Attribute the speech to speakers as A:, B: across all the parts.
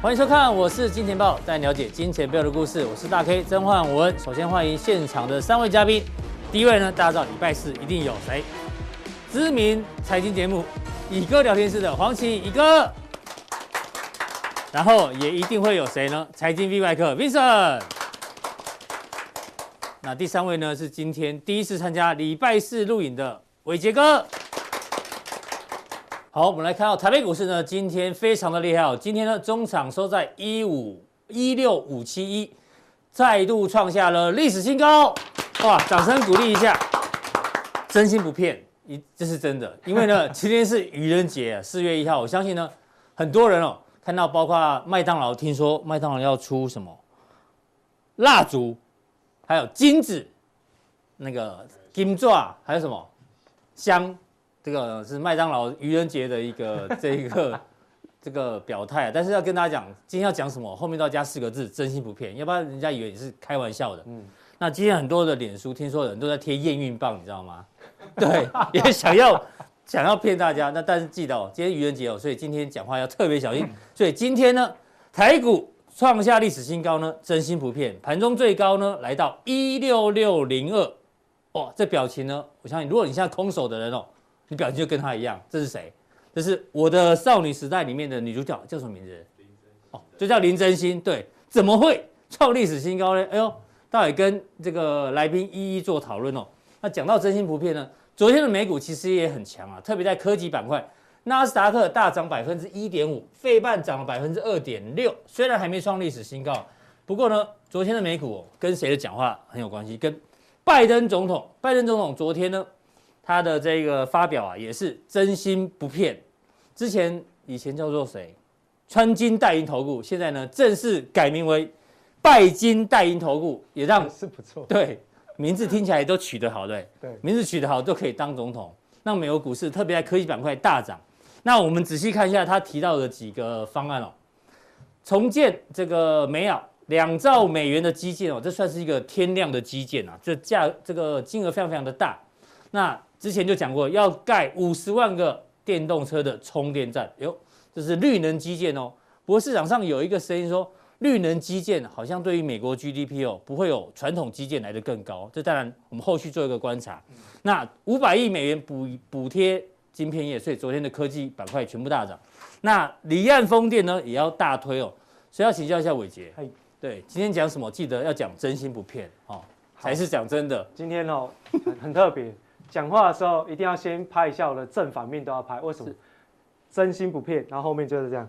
A: 欢迎收看，我是金钱豹，带你了解金钱背后的故事。我是大 K 曾焕文。首先欢迎现场的三位嘉宾。第一位呢，大家知道礼拜四一定有谁？知名财经节目《以哥聊天室》的黄奇以哥。然后也一定会有谁呢？财经 V 外客 Vincent。那第三位呢是今天第一次参加礼拜四录影的伟杰哥。好，我们来看到台北股市呢，今天非常的厉害哦。今天呢，中场收在一五一六五七一，再度创下了历史新高。哇，掌声鼓励一下！真心不骗，一这是真的，因为呢，今天是愚人节、啊， 四月一号，我相信呢，很多人哦看到，包括麦当劳，听说麦当劳要出什么蜡烛，还有金子，那个金钻，还有什么香，这个是麦当劳愚人节的一个这一个这个表态啊。但是要跟大家讲，今天要讲什么，后面都要加四个字，真心不骗，要不然人家以为你是开玩笑的。那今天很多的脸书，听说有人都在贴验孕棒，你知道吗？对，也想要想要骗大家。那但是记得哦，今天愚人节哦，所以今天讲话要特别小心。所以今天呢，台股创下历史新高呢，真心不骗，盘中最高呢来到一六六零二。哇，这表情呢，我相信如果你现在空手的人哦，你表情就跟他一样。这是谁？这是我的少女时代里面的女主角，叫什么名字？哦，就叫林真心。对，怎么会创历史新高呢？哎呦，待会跟这个来宾一一做讨论哦。那讲到真心不骗呢，昨天的美股其实也很强啊，特别在科技板块，纳斯达克大涨百分之一点五，费半涨了百分之二点六，虽然还没创历史新高，啊不过呢，昨天的美股、哦、跟谁的讲话很有关系，跟拜登总统。拜登总统昨天呢，他的这个发表啊，也是真心不骗。之前以前叫做谁，川金代银投顾，现在呢正式改名为拜金代银投顾，也让
B: 是不错，
A: 对，名字听起来都取得好，对，
B: 对
A: 名字取得好都可以当总统。那美国股市，特别在科技板块大涨。那我们仔细看一下他提到的几个方案哦，重建这个美澳两兆美元的基建哦，这算是一个天量的基建啊，这价这个金额非常非常的大。那之前就讲过，要盖五十万个电动车的充电站，哟，这是绿能基建哦。不过市场上有一个声音说，绿能基建好像对于美国 GDP 哦，不会有传统基建来得更高。这当然我们后续做一个观察。那五百亿美元补补贴晶片业，所以昨天的科技板块全部大涨。那离岸风电呢也要大推哦。所以要请教一下伟杰
B: 嗨，
A: 对，今天讲什么？记得要讲真心不骗哦，才是讲真的。
B: 今天哦很很特别，讲话的时候一定要先拍一下我的正反面都要拍，为什么？真心不骗，然后后面就是这样，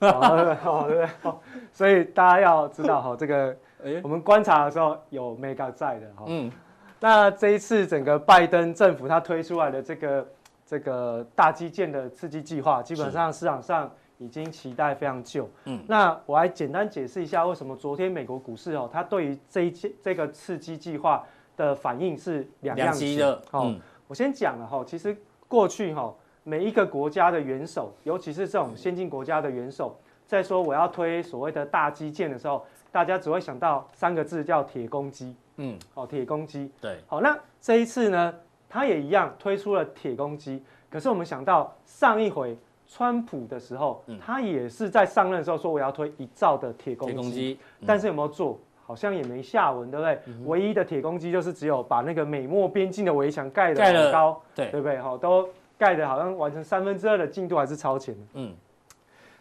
B: 好对不对？好对不对？好，所以大家要知道哈，这个
A: 哎，
B: 我们观察的时候有 mega 在的哈。
A: 嗯，
B: 那这一次整个拜登政府他推出来的这个这个大基建的刺激计划，基本上市场上已经期待非常久。
A: 嗯
B: 嗯，那我来简单解释一下为什么昨天美国股市哦，它对于这一届这个刺激计划的反应是两样
A: 两极的，
B: 哦，
A: 嗯，
B: 我先讲了哈，其实过去哈，每一个国家的元首，尤其是这种先进国家的元首，在说我要推所谓的大基建的时候，大家只会想到三个字叫铁公鸡。
A: 嗯，
B: 哦，铁公鸡。
A: 对，
B: 好，那这一次呢，他也一样推出了铁公鸡。可是我们想到上一回川普的时候，
A: 嗯
B: 他也是在上任的时候说我要推一兆的铁公
A: 铁公
B: 鸡，
A: 鸡，嗯
B: 但是有没有做？好像也没下文，对不对？唯一的铁公鸡就是只有把那个美墨边境的围墙盖得
A: 盖了
B: 很高，
A: 对，
B: 对不对？好，都盖得好像完成三分之二的进度，还是超前的。
A: 嗯，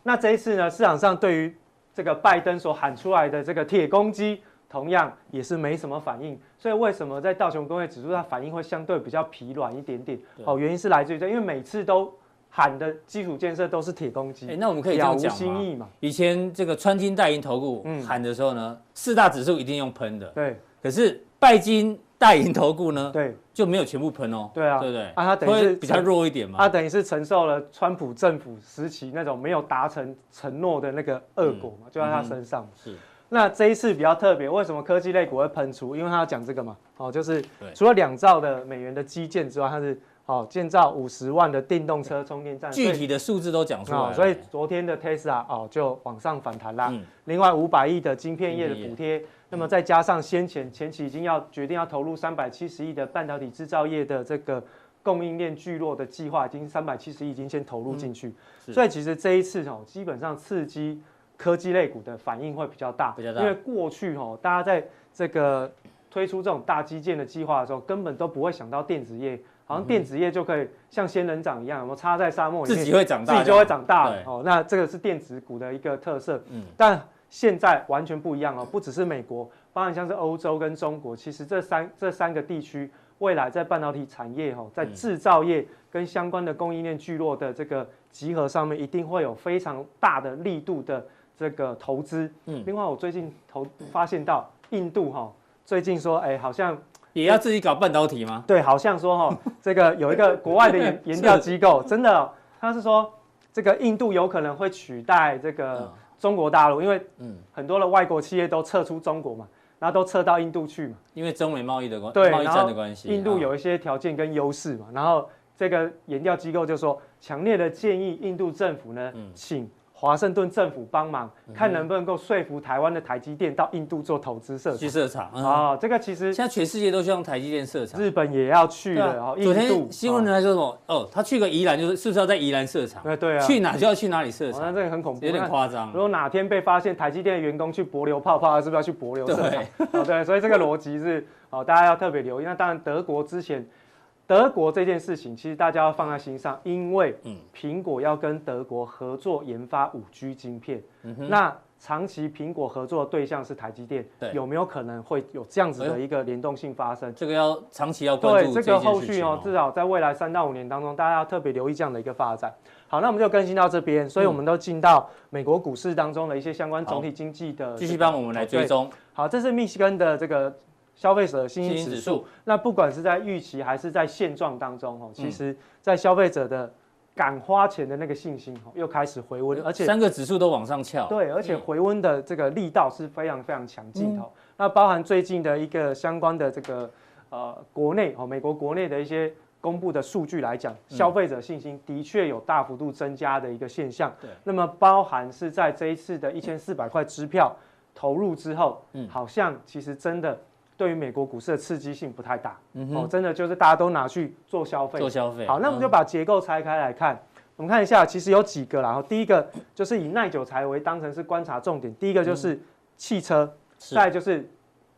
B: 那这一次呢，市场上对于这个拜登所喊出来的这个铁公鸡，同样也是没什么反应。所以为什么在道琼工业指数它反应会相对比较疲软一点点？哦，原因是来自于这，因为每次都喊的基础建设都是铁公鸡，
A: 哎，那我们可以这
B: 了
A: 样
B: 无
A: 讲
B: 新
A: 吗？
B: 意嘛？
A: 以前这个穿金戴银投顾
B: 嗯
A: 喊的时候呢，四大指数一定用喷的，
B: 对
A: 可是拜金戴银投顾呢
B: 对，
A: 就没有全部喷哦，
B: 对啊
A: 对不对？
B: 啊它等于
A: 会
B: 是
A: 比较弱一点
B: 它
A: 嘛，
B: 啊等于是承受了川普政府时期那种没有达成承诺的那个恶果
A: 嗯
B: 嘛，就在他身上嘛。
A: 是
B: 那这一次比较特别，为什么科技类股会喷出？因为它要讲这个嘛，哦，就是
A: 对
B: 除了两兆的美元的基建之外，它是哦建造五十万的电动车充电站，
A: 具体的数字都讲出
B: 所以
A: 来
B: 哦
A: 了，，
B: 啊所以昨天的 Tesla 哦就往上反弹啦。
A: 嗯
B: 另外五百亿的晶片业的
A: 晶片业
B: 补贴，那么再加上先前前期已经要决定要投入三百七十亿的半导体制造业的这个供应链聚落的计划，已经三百七十亿已经先投入进去，
A: 嗯是
B: 所以其实这一次哦，基本上刺激科技类股的反应会比较大，
A: 比较大
B: 因为过去哦，大家在这个推出这种大基建的计划的时候，根本都不会想到电子业，好像电子业就可以像仙人掌一样，有没有插在沙漠里
A: 嗯自
B: 面，
A: 己会长大，
B: 自己就会长大了
A: 对
B: 哦。那这个是电子股的一个特色，
A: 嗯
B: 但现在完全不一样哦，不只是美国，包含像是欧洲跟中国，其实这三这三个地区未来在半导体产业哦，在
A: 嗯
B: 制造业跟相关的供应链聚落的这个集合上面，一定会有非常大的力度的这个投资。
A: 嗯
B: 另外，我最近投发现到印度哈、哦，最近说哎，好像
A: 也要自己搞半导体吗？
B: 对，好像说哈、 这个有一个国外的研研调机构，真的哦、他是说这个印度有可能会取代这个
A: 嗯
B: 中国大陆，因为
A: 嗯，
B: 很多的外国企业都撤出中国嘛，然后都撤到印度去嘛。
A: 因为中美贸易的关
B: 对，
A: 贸易
B: 然
A: 战
B: 后
A: 的关系，
B: 印度
A: 啊
B: 有一些条件跟优势嘛，然后这个研调机构就说，强烈的建议印度政府呢，
A: 嗯
B: 请华盛顿政府帮忙，看能不能够说服台湾的台积电到印度做投资设
A: 去
B: 厂。
A: 设厂啊，
B: 啊、这个其实
A: 现在全世界都希望台积电设厂。
B: 日本也要去
A: 对啊
B: 了，哦，
A: 昨
B: 印度
A: 天新闻人还说什么？哦，他去个宜兰，就是是不是要在宜兰设厂？
B: 哦对对啊，
A: 去哪就要去哪里设
B: 哦那
A: 厂，
B: 这个很恐怖，
A: 有点
B: 那
A: 夸张
B: 如。果哪天被发现台积电的员工去博流泡泡，是不是要去博流设厂？ 哦，对，所以这个逻辑是哦，大家要特别留意。那当然，德国之前德国这件事情，其实大家要放在心上，因为
A: 嗯
B: 苹果要跟德国合作研发五 G 晶片，
A: 嗯
B: 那长期苹果合作的对象是台积电
A: 对，
B: 有没有可能会有这样子
A: 哎呦
B: 的一个联动性发生？
A: 这个要长期要关
B: 对
A: 注这
B: 这
A: 件
B: 个
A: 事情。
B: 后续哦，至少在未来三到五年当中，大家要特别留意这样的一个发展。好，那我们就更新到这边，
A: 嗯
B: 所以我们都进到美国股市当中的一些相关
A: 好
B: 总体经济呃
A: 嗯
B: 的这个。哦
A: 继续帮我们来追
B: 对。
A: 踪
B: 好，这是密西根的这个消费者信
A: 新
B: 心
A: 兴
B: 指
A: 指
B: 数。
A: 数，
B: 那不管是在预期还是在现状当中哦，
A: 嗯
B: 其实在消费者的敢花钱的那个信心哦，又开始回温，而且
A: 三个指数都往上翘。
B: 对，而且回温的这个力道是非常非常强劲
A: 嗯
B: 的哦、那包含最近的一个相关的这个呃国内哦，美国国内的一些公布的数据来讲，
A: 嗯
B: 消费者信心的确有大幅度增加的一个现象。
A: 对
B: 那么包含是在这一次的一千四百块支票投入之后，
A: 嗯
B: 好像其实真的对于美国股市的刺激性不太大、
A: 嗯
B: 哦，
A: 哼，
B: 真的就是大家都拿去做消费
A: 做消费。嗯
B: 好，那我们就把结构拆开来看。我们看一下，其实有几个啦。然后第一个就是以耐久材为当成是观察重点，第一个就是汽车，
A: 嗯是
B: 再来就是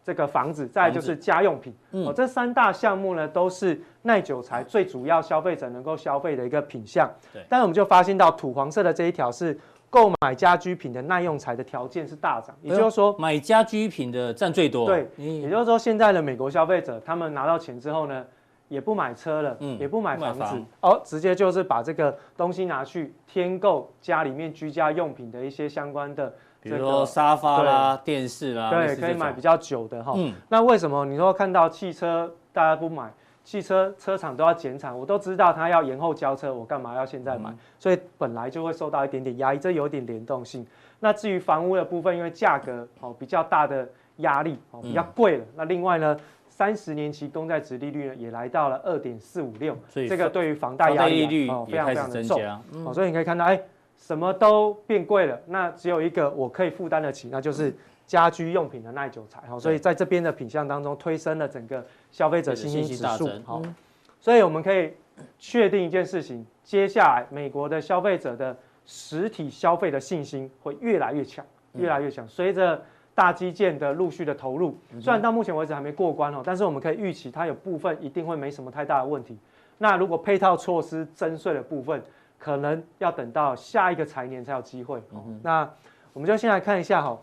B: 这个房子，再来就是家用品。
A: 嗯
B: 哦，这三大项目呢都是耐久材最主要消费者能够消费的一个品项。
A: 对
B: 但是我们就发现到土黄色的这一条是购买家居品的耐用材的条件是大涨，
A: 哎
B: 也就是说，
A: 买家居品的占最多。
B: 对
A: 嗯，
B: 也就是说，现在的美国消费者，他们拿到钱之后呢，也不买车了，
A: 嗯
B: 也不买房
A: 不买
B: 子
A: 房，
B: 哦，直接就是把这个东西拿去添购家里面居家用品的一些相关的
A: 比
B: 这
A: 如
B: 个
A: 说，沙发啦、电视啦，啊类
B: 对，
A: 似
B: 可
A: 这
B: 以买
A: 种
B: 比较久的哈。
A: 嗯，
B: 那为什么你说看到汽车大家不买？汽车车厂都要减产，我都知道它要延后交车，我干嘛要现在买？
A: 嗯
B: 所以本来就会受到一点点压抑，这有点联动性。那至于房屋的部分，因为价格哦比较大的压力哦
A: 嗯
B: 比较贵了。那另外呢，三十年期公债值利率呢也来到了二点四五六，
A: 所以
B: 这个对于房贷
A: 房
B: 压
A: 贷利
B: 力啊
A: 率
B: 哦
A: 也
B: 非
A: 开始
B: 常非常的
A: 增
B: 重。
A: 加。嗯
B: 哦，所以你可以看到，哎，什么都变贵了，那只有一个我可以负担得起，那
A: 嗯
B: 就是家居用品的耐久材。哦，所以在这边的品项当中，推升了整个消费者信心指
A: 大
B: 数
A: 增。
B: 好，
A: 嗯
B: 所以我们可以确定一件事情，接下来美国的消费者的实体消费的信心会越来越强，
A: 嗯嗯
B: 越来越强。随着大基建的陆续的投入，虽然到目前为止还没过关哦，但是我们可以预期它有部分一定会没什么太大的问题。那如果配套措施征税的部分，可能要等到下一个财年才有机会。
A: 嗯
B: 哦那我们就先来看一下哈，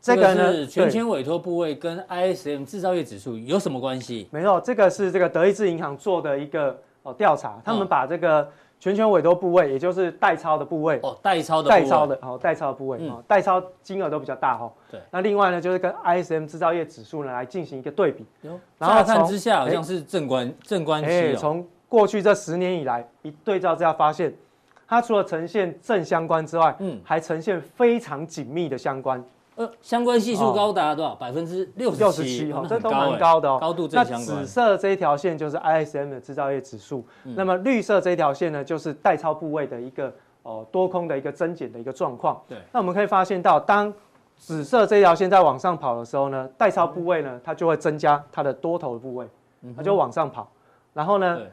A: 这个是全
B: 对
A: 权委托部位跟 ISM 制造业指数有什么关系？
B: 没错，这个是这个德意志银行做的一个哦调
A: 嗯
B: 查，他们把这个全权委托部位，也就是代抄的部位，
A: 哦，代超的部
B: 代
A: 位
B: 抄的哦，代抄的部位
A: 嗯
B: 哦，代抄金额都比较大哦。
A: 对，
B: 那另外呢，就是跟 ISM 制造业指数呢来进行一个对比，
A: 哟
B: 然后
A: 乍看
B: 从
A: 之下好像是正关正关
B: 哎，
A: 系哦，
B: 从过去这十年以来一对照之下发现，它除了呈现正相关之外，
A: 嗯
B: 还呈现非常紧密的相关。
A: 呃，相关系数高达多少？百分之六
B: 哦六十七
A: 哦
B: 哈，，
A: 那
B: 这
A: 很
B: 都蛮
A: 哎
B: 高的哦。
A: 高度
B: 那
A: 正相关
B: 紫。色这一条线就是 ISM 的制造业指数，
A: 嗯
B: 那么绿色这一条线呢，就是代超部位的一个哦多空的一个增减的一个状况。
A: 对，
B: 那我们可以发现到，当紫色这条线在往上跑的时候呢，代超部位呢，它就会增加它的多头的部位，
A: 嗯
B: 它就往上跑。然后呢，
A: 对，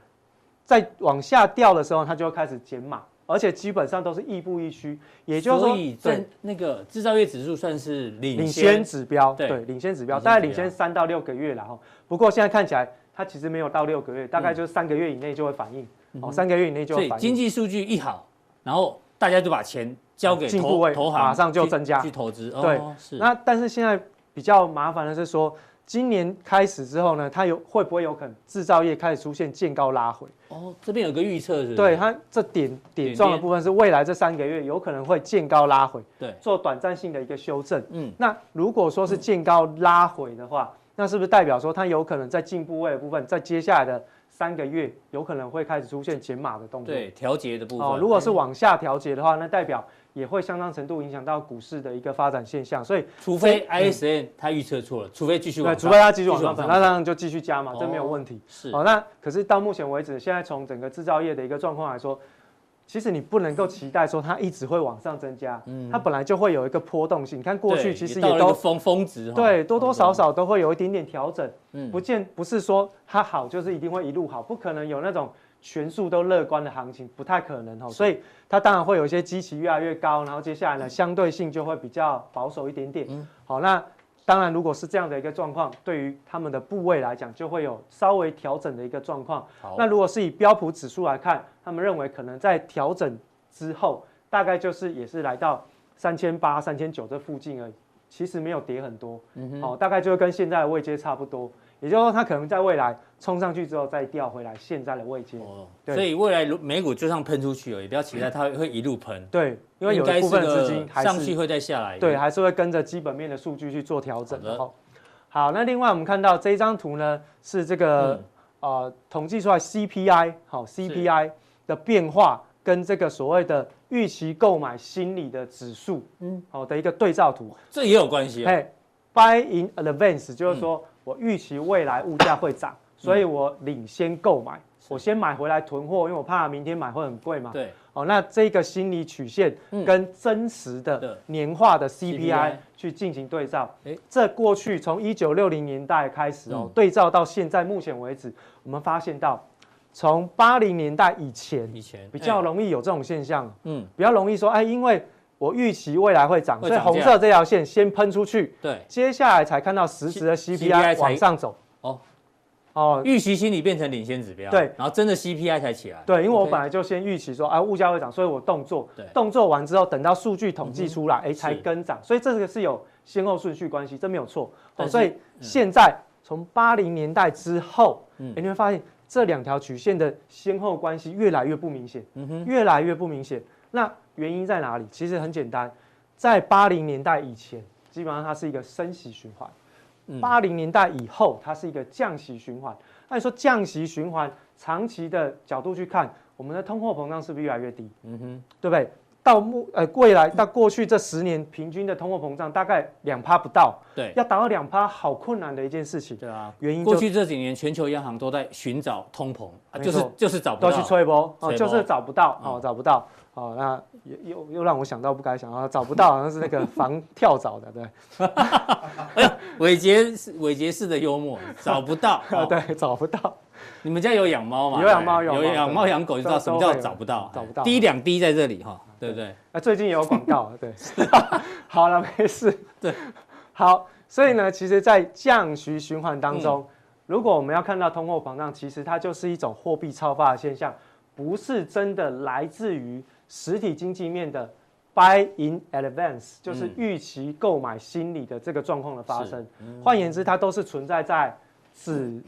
B: 再往下掉的时候，它就会开始减码。哦，而且基本上都是亦步亦趋，也就是说，
A: 所以
B: 对
A: 正那个制造业指数算是领
B: 领
A: 先
B: 先，指标，
A: 对
B: 对，领先指标，
A: 领先
B: 大概
A: 指
B: 领先
A: 标
B: 三到六个月了哈。不过现在看起来，它其实没有到六个月，大概就是三个月以内就会反应，哦，三个月以内
A: 嗯
B: 就
A: 所
B: 会
A: 以
B: 反
A: 经
B: 应。
A: 济数据一好，然后大家就把钱交给
B: 啊进
A: 投
B: 部位
A: 投行，
B: 马上就
A: 去
B: 增加
A: 去投资。
B: 对
A: 哦，是
B: 那但是现在比较麻烦的是说，今年开始之后呢，它有会不会有可能制造业开始出现见高拉回？
A: 哦，这边有个预测是不是？
B: 对，它这点点状的
A: 点
B: 部分是未来这三个月有可能会见高拉回，
A: 对，
B: 做短暂性的一个修正。
A: 嗯，
B: 那如果说是见高拉回的话，那是不是代表说它有可能在进步位的部分，在接下来的三个月有可能会开始出现减码的动作？
A: 对，调节的部分。
B: 哦，如果是往下调节的话，那代表也会相当程度影响到股市的一个发展现象。所以，
A: 除非 ISM 它预测错了，除非继续
B: 嗯对，
A: 往
B: 除
A: 上，
B: 非它继续往上涨，那
A: 上
B: 当然就继续加嘛，这没有
A: 哦
B: 问题。
A: 是
B: 哦，那可是到目前为止，现在从整个制造业的一个状况来说，其实你不能够期待说它一直会往上增加，它本来就会有一个波动性。你看过去
A: 嗯对
B: 其实
A: 到了
B: 也
A: 一个
B: 都
A: 峰峰值哈，嗯
B: 对，多多少
A: 峰值
B: 少都会有一点点调整，
A: 嗯
B: 不见不是说它好就是一定会一路好，不可能有那种全数都乐观的行情，不太可能哦。所以它当然会有一些基期越来越高，然后接
A: 嗯
B: 下来呢，相对性就会比较保守一点点。好，那当然如果是这样的一个状况，对于他们的部位来讲，就会有稍微调整的一个状况。
A: 好
B: 那如果是以标普指数来看，他们认为可能在调整之后，大概就是也是来到三千八、三千九这附近而已，其实没有跌很多，
A: 嗯
B: 哦，大概就跟现在的位阶差不多。也就是说，它可能在未来冲上去之后再掉回来现在的位阶。
A: 哦，
B: 对
A: 所以未来如美股就像喷出去了，也不要期待它会一路喷，
B: 对，因为有
A: 应该
B: 一部分的
A: 是
B: 资金
A: 个
B: 还
A: 上去
B: 是
A: 会再下来，
B: 对，还啊是会跟着基本面的数据去做调整的
A: 好
B: 哦。好，那另外我们看到这一张图呢，是这个
A: 嗯
B: 呃，统计出来 CPI 好 CPI 的变化跟这个所谓的预期购买心理的指数，嗯，好的一个对照图。
A: 这也有关系啊，
B: 哎，buy in advance 就是
A: 嗯
B: 说我预期未来物价会涨，所以我领先购买，我先买回来囤货，因为我怕明天买会很贵嘛。
A: 对，
B: 哦，那这个心理曲线
A: 嗯
B: 跟真实的
A: 的
B: 年化的
A: CPI
B: CPI 去进行对照
A: 诶，
B: 这过去从一九六零年代开始哦
A: 嗯，
B: 对照到现在目前为止，我们发现到从八零年代以前
A: 以前
B: 比较
A: 哎
B: 容易有这种现象，
A: 嗯
B: 比较容易说，哎，因为我预期未来会涨，
A: 会
B: 所以
A: 涨价
B: 红色这条线先喷出去，
A: 哎对
B: 接下来才看到实时的
A: CPI 才
B: CPI 往上走。
A: 哦，
B: 哦，
A: 预期心理变成领先指标，
B: 对，
A: 然后真的 CPI 才起来，
B: 对，因为我
A: OK
B: 本来就先预期说，啊，物价会涨，所以我动作
A: 对，
B: 动作完之后，等到数据统计出来，哎、才
A: 是
B: 跟涨，所以这个是有先后顺序关系，这没有错。
A: 但
B: 哦，
A: 是
B: 所以现在从八零年代之后，哎、
A: 嗯
B: 你会发现这两条曲线的先后关系越来越不明显，
A: 嗯
B: 越来越不明显。那原因在哪里？其实很简单，在八零年代以前，基本上它是一个升息循环。
A: 嗯
B: 八零年代以后，它是一个降息循环。那你说降息循环，长期的角度去看，我们的通货膨胀是不是越来越低？
A: 嗯哼，
B: 对不对？到目呃未来到过去这十年平均的通货膨胀大概两趴不到，
A: 对，
B: 要达到两趴好困难的一件事情。
A: 对啊。
B: 原因
A: 过
B: 就
A: 去这几年，全球央行都在寻找通膨，啊、
B: 没
A: 就是
B: 错
A: 就是找不
B: 都
A: 到
B: 去，吹波哦，
A: 吹
B: 就
A: 波嗯
B: 是找不到哦，找不到哦，那也又又让我想到不该想到，找不到好像是那个防 跳蚤的，对
A: 伟杰是伟杰式的幽 默，找不到。
B: 啊
A: 哦
B: 对，找不到，
A: 你们家有养猫吗？
B: 有养猫
A: 对不
B: 有
A: 对
B: 养
A: 有
B: 猫
A: 养猫养狗就知道
B: 都
A: 什么
B: 都
A: 叫
B: 会有
A: 找不到，
B: 找不到
A: 滴两滴在这里哈，对不对？
B: 那啊最近也有广告， 对， 好了，没事，
A: 对，
B: 好，所以呢，其实，在降息循环当
A: 嗯
B: 中，如果我们要看到通货膨胀，其实它就是一种货币超发的现象，不是真的来自于实体经济面的 buy in advance，就是预期购买心理的这个状况的发生。
A: 嗯
B: 换言之，它都是存在在纸，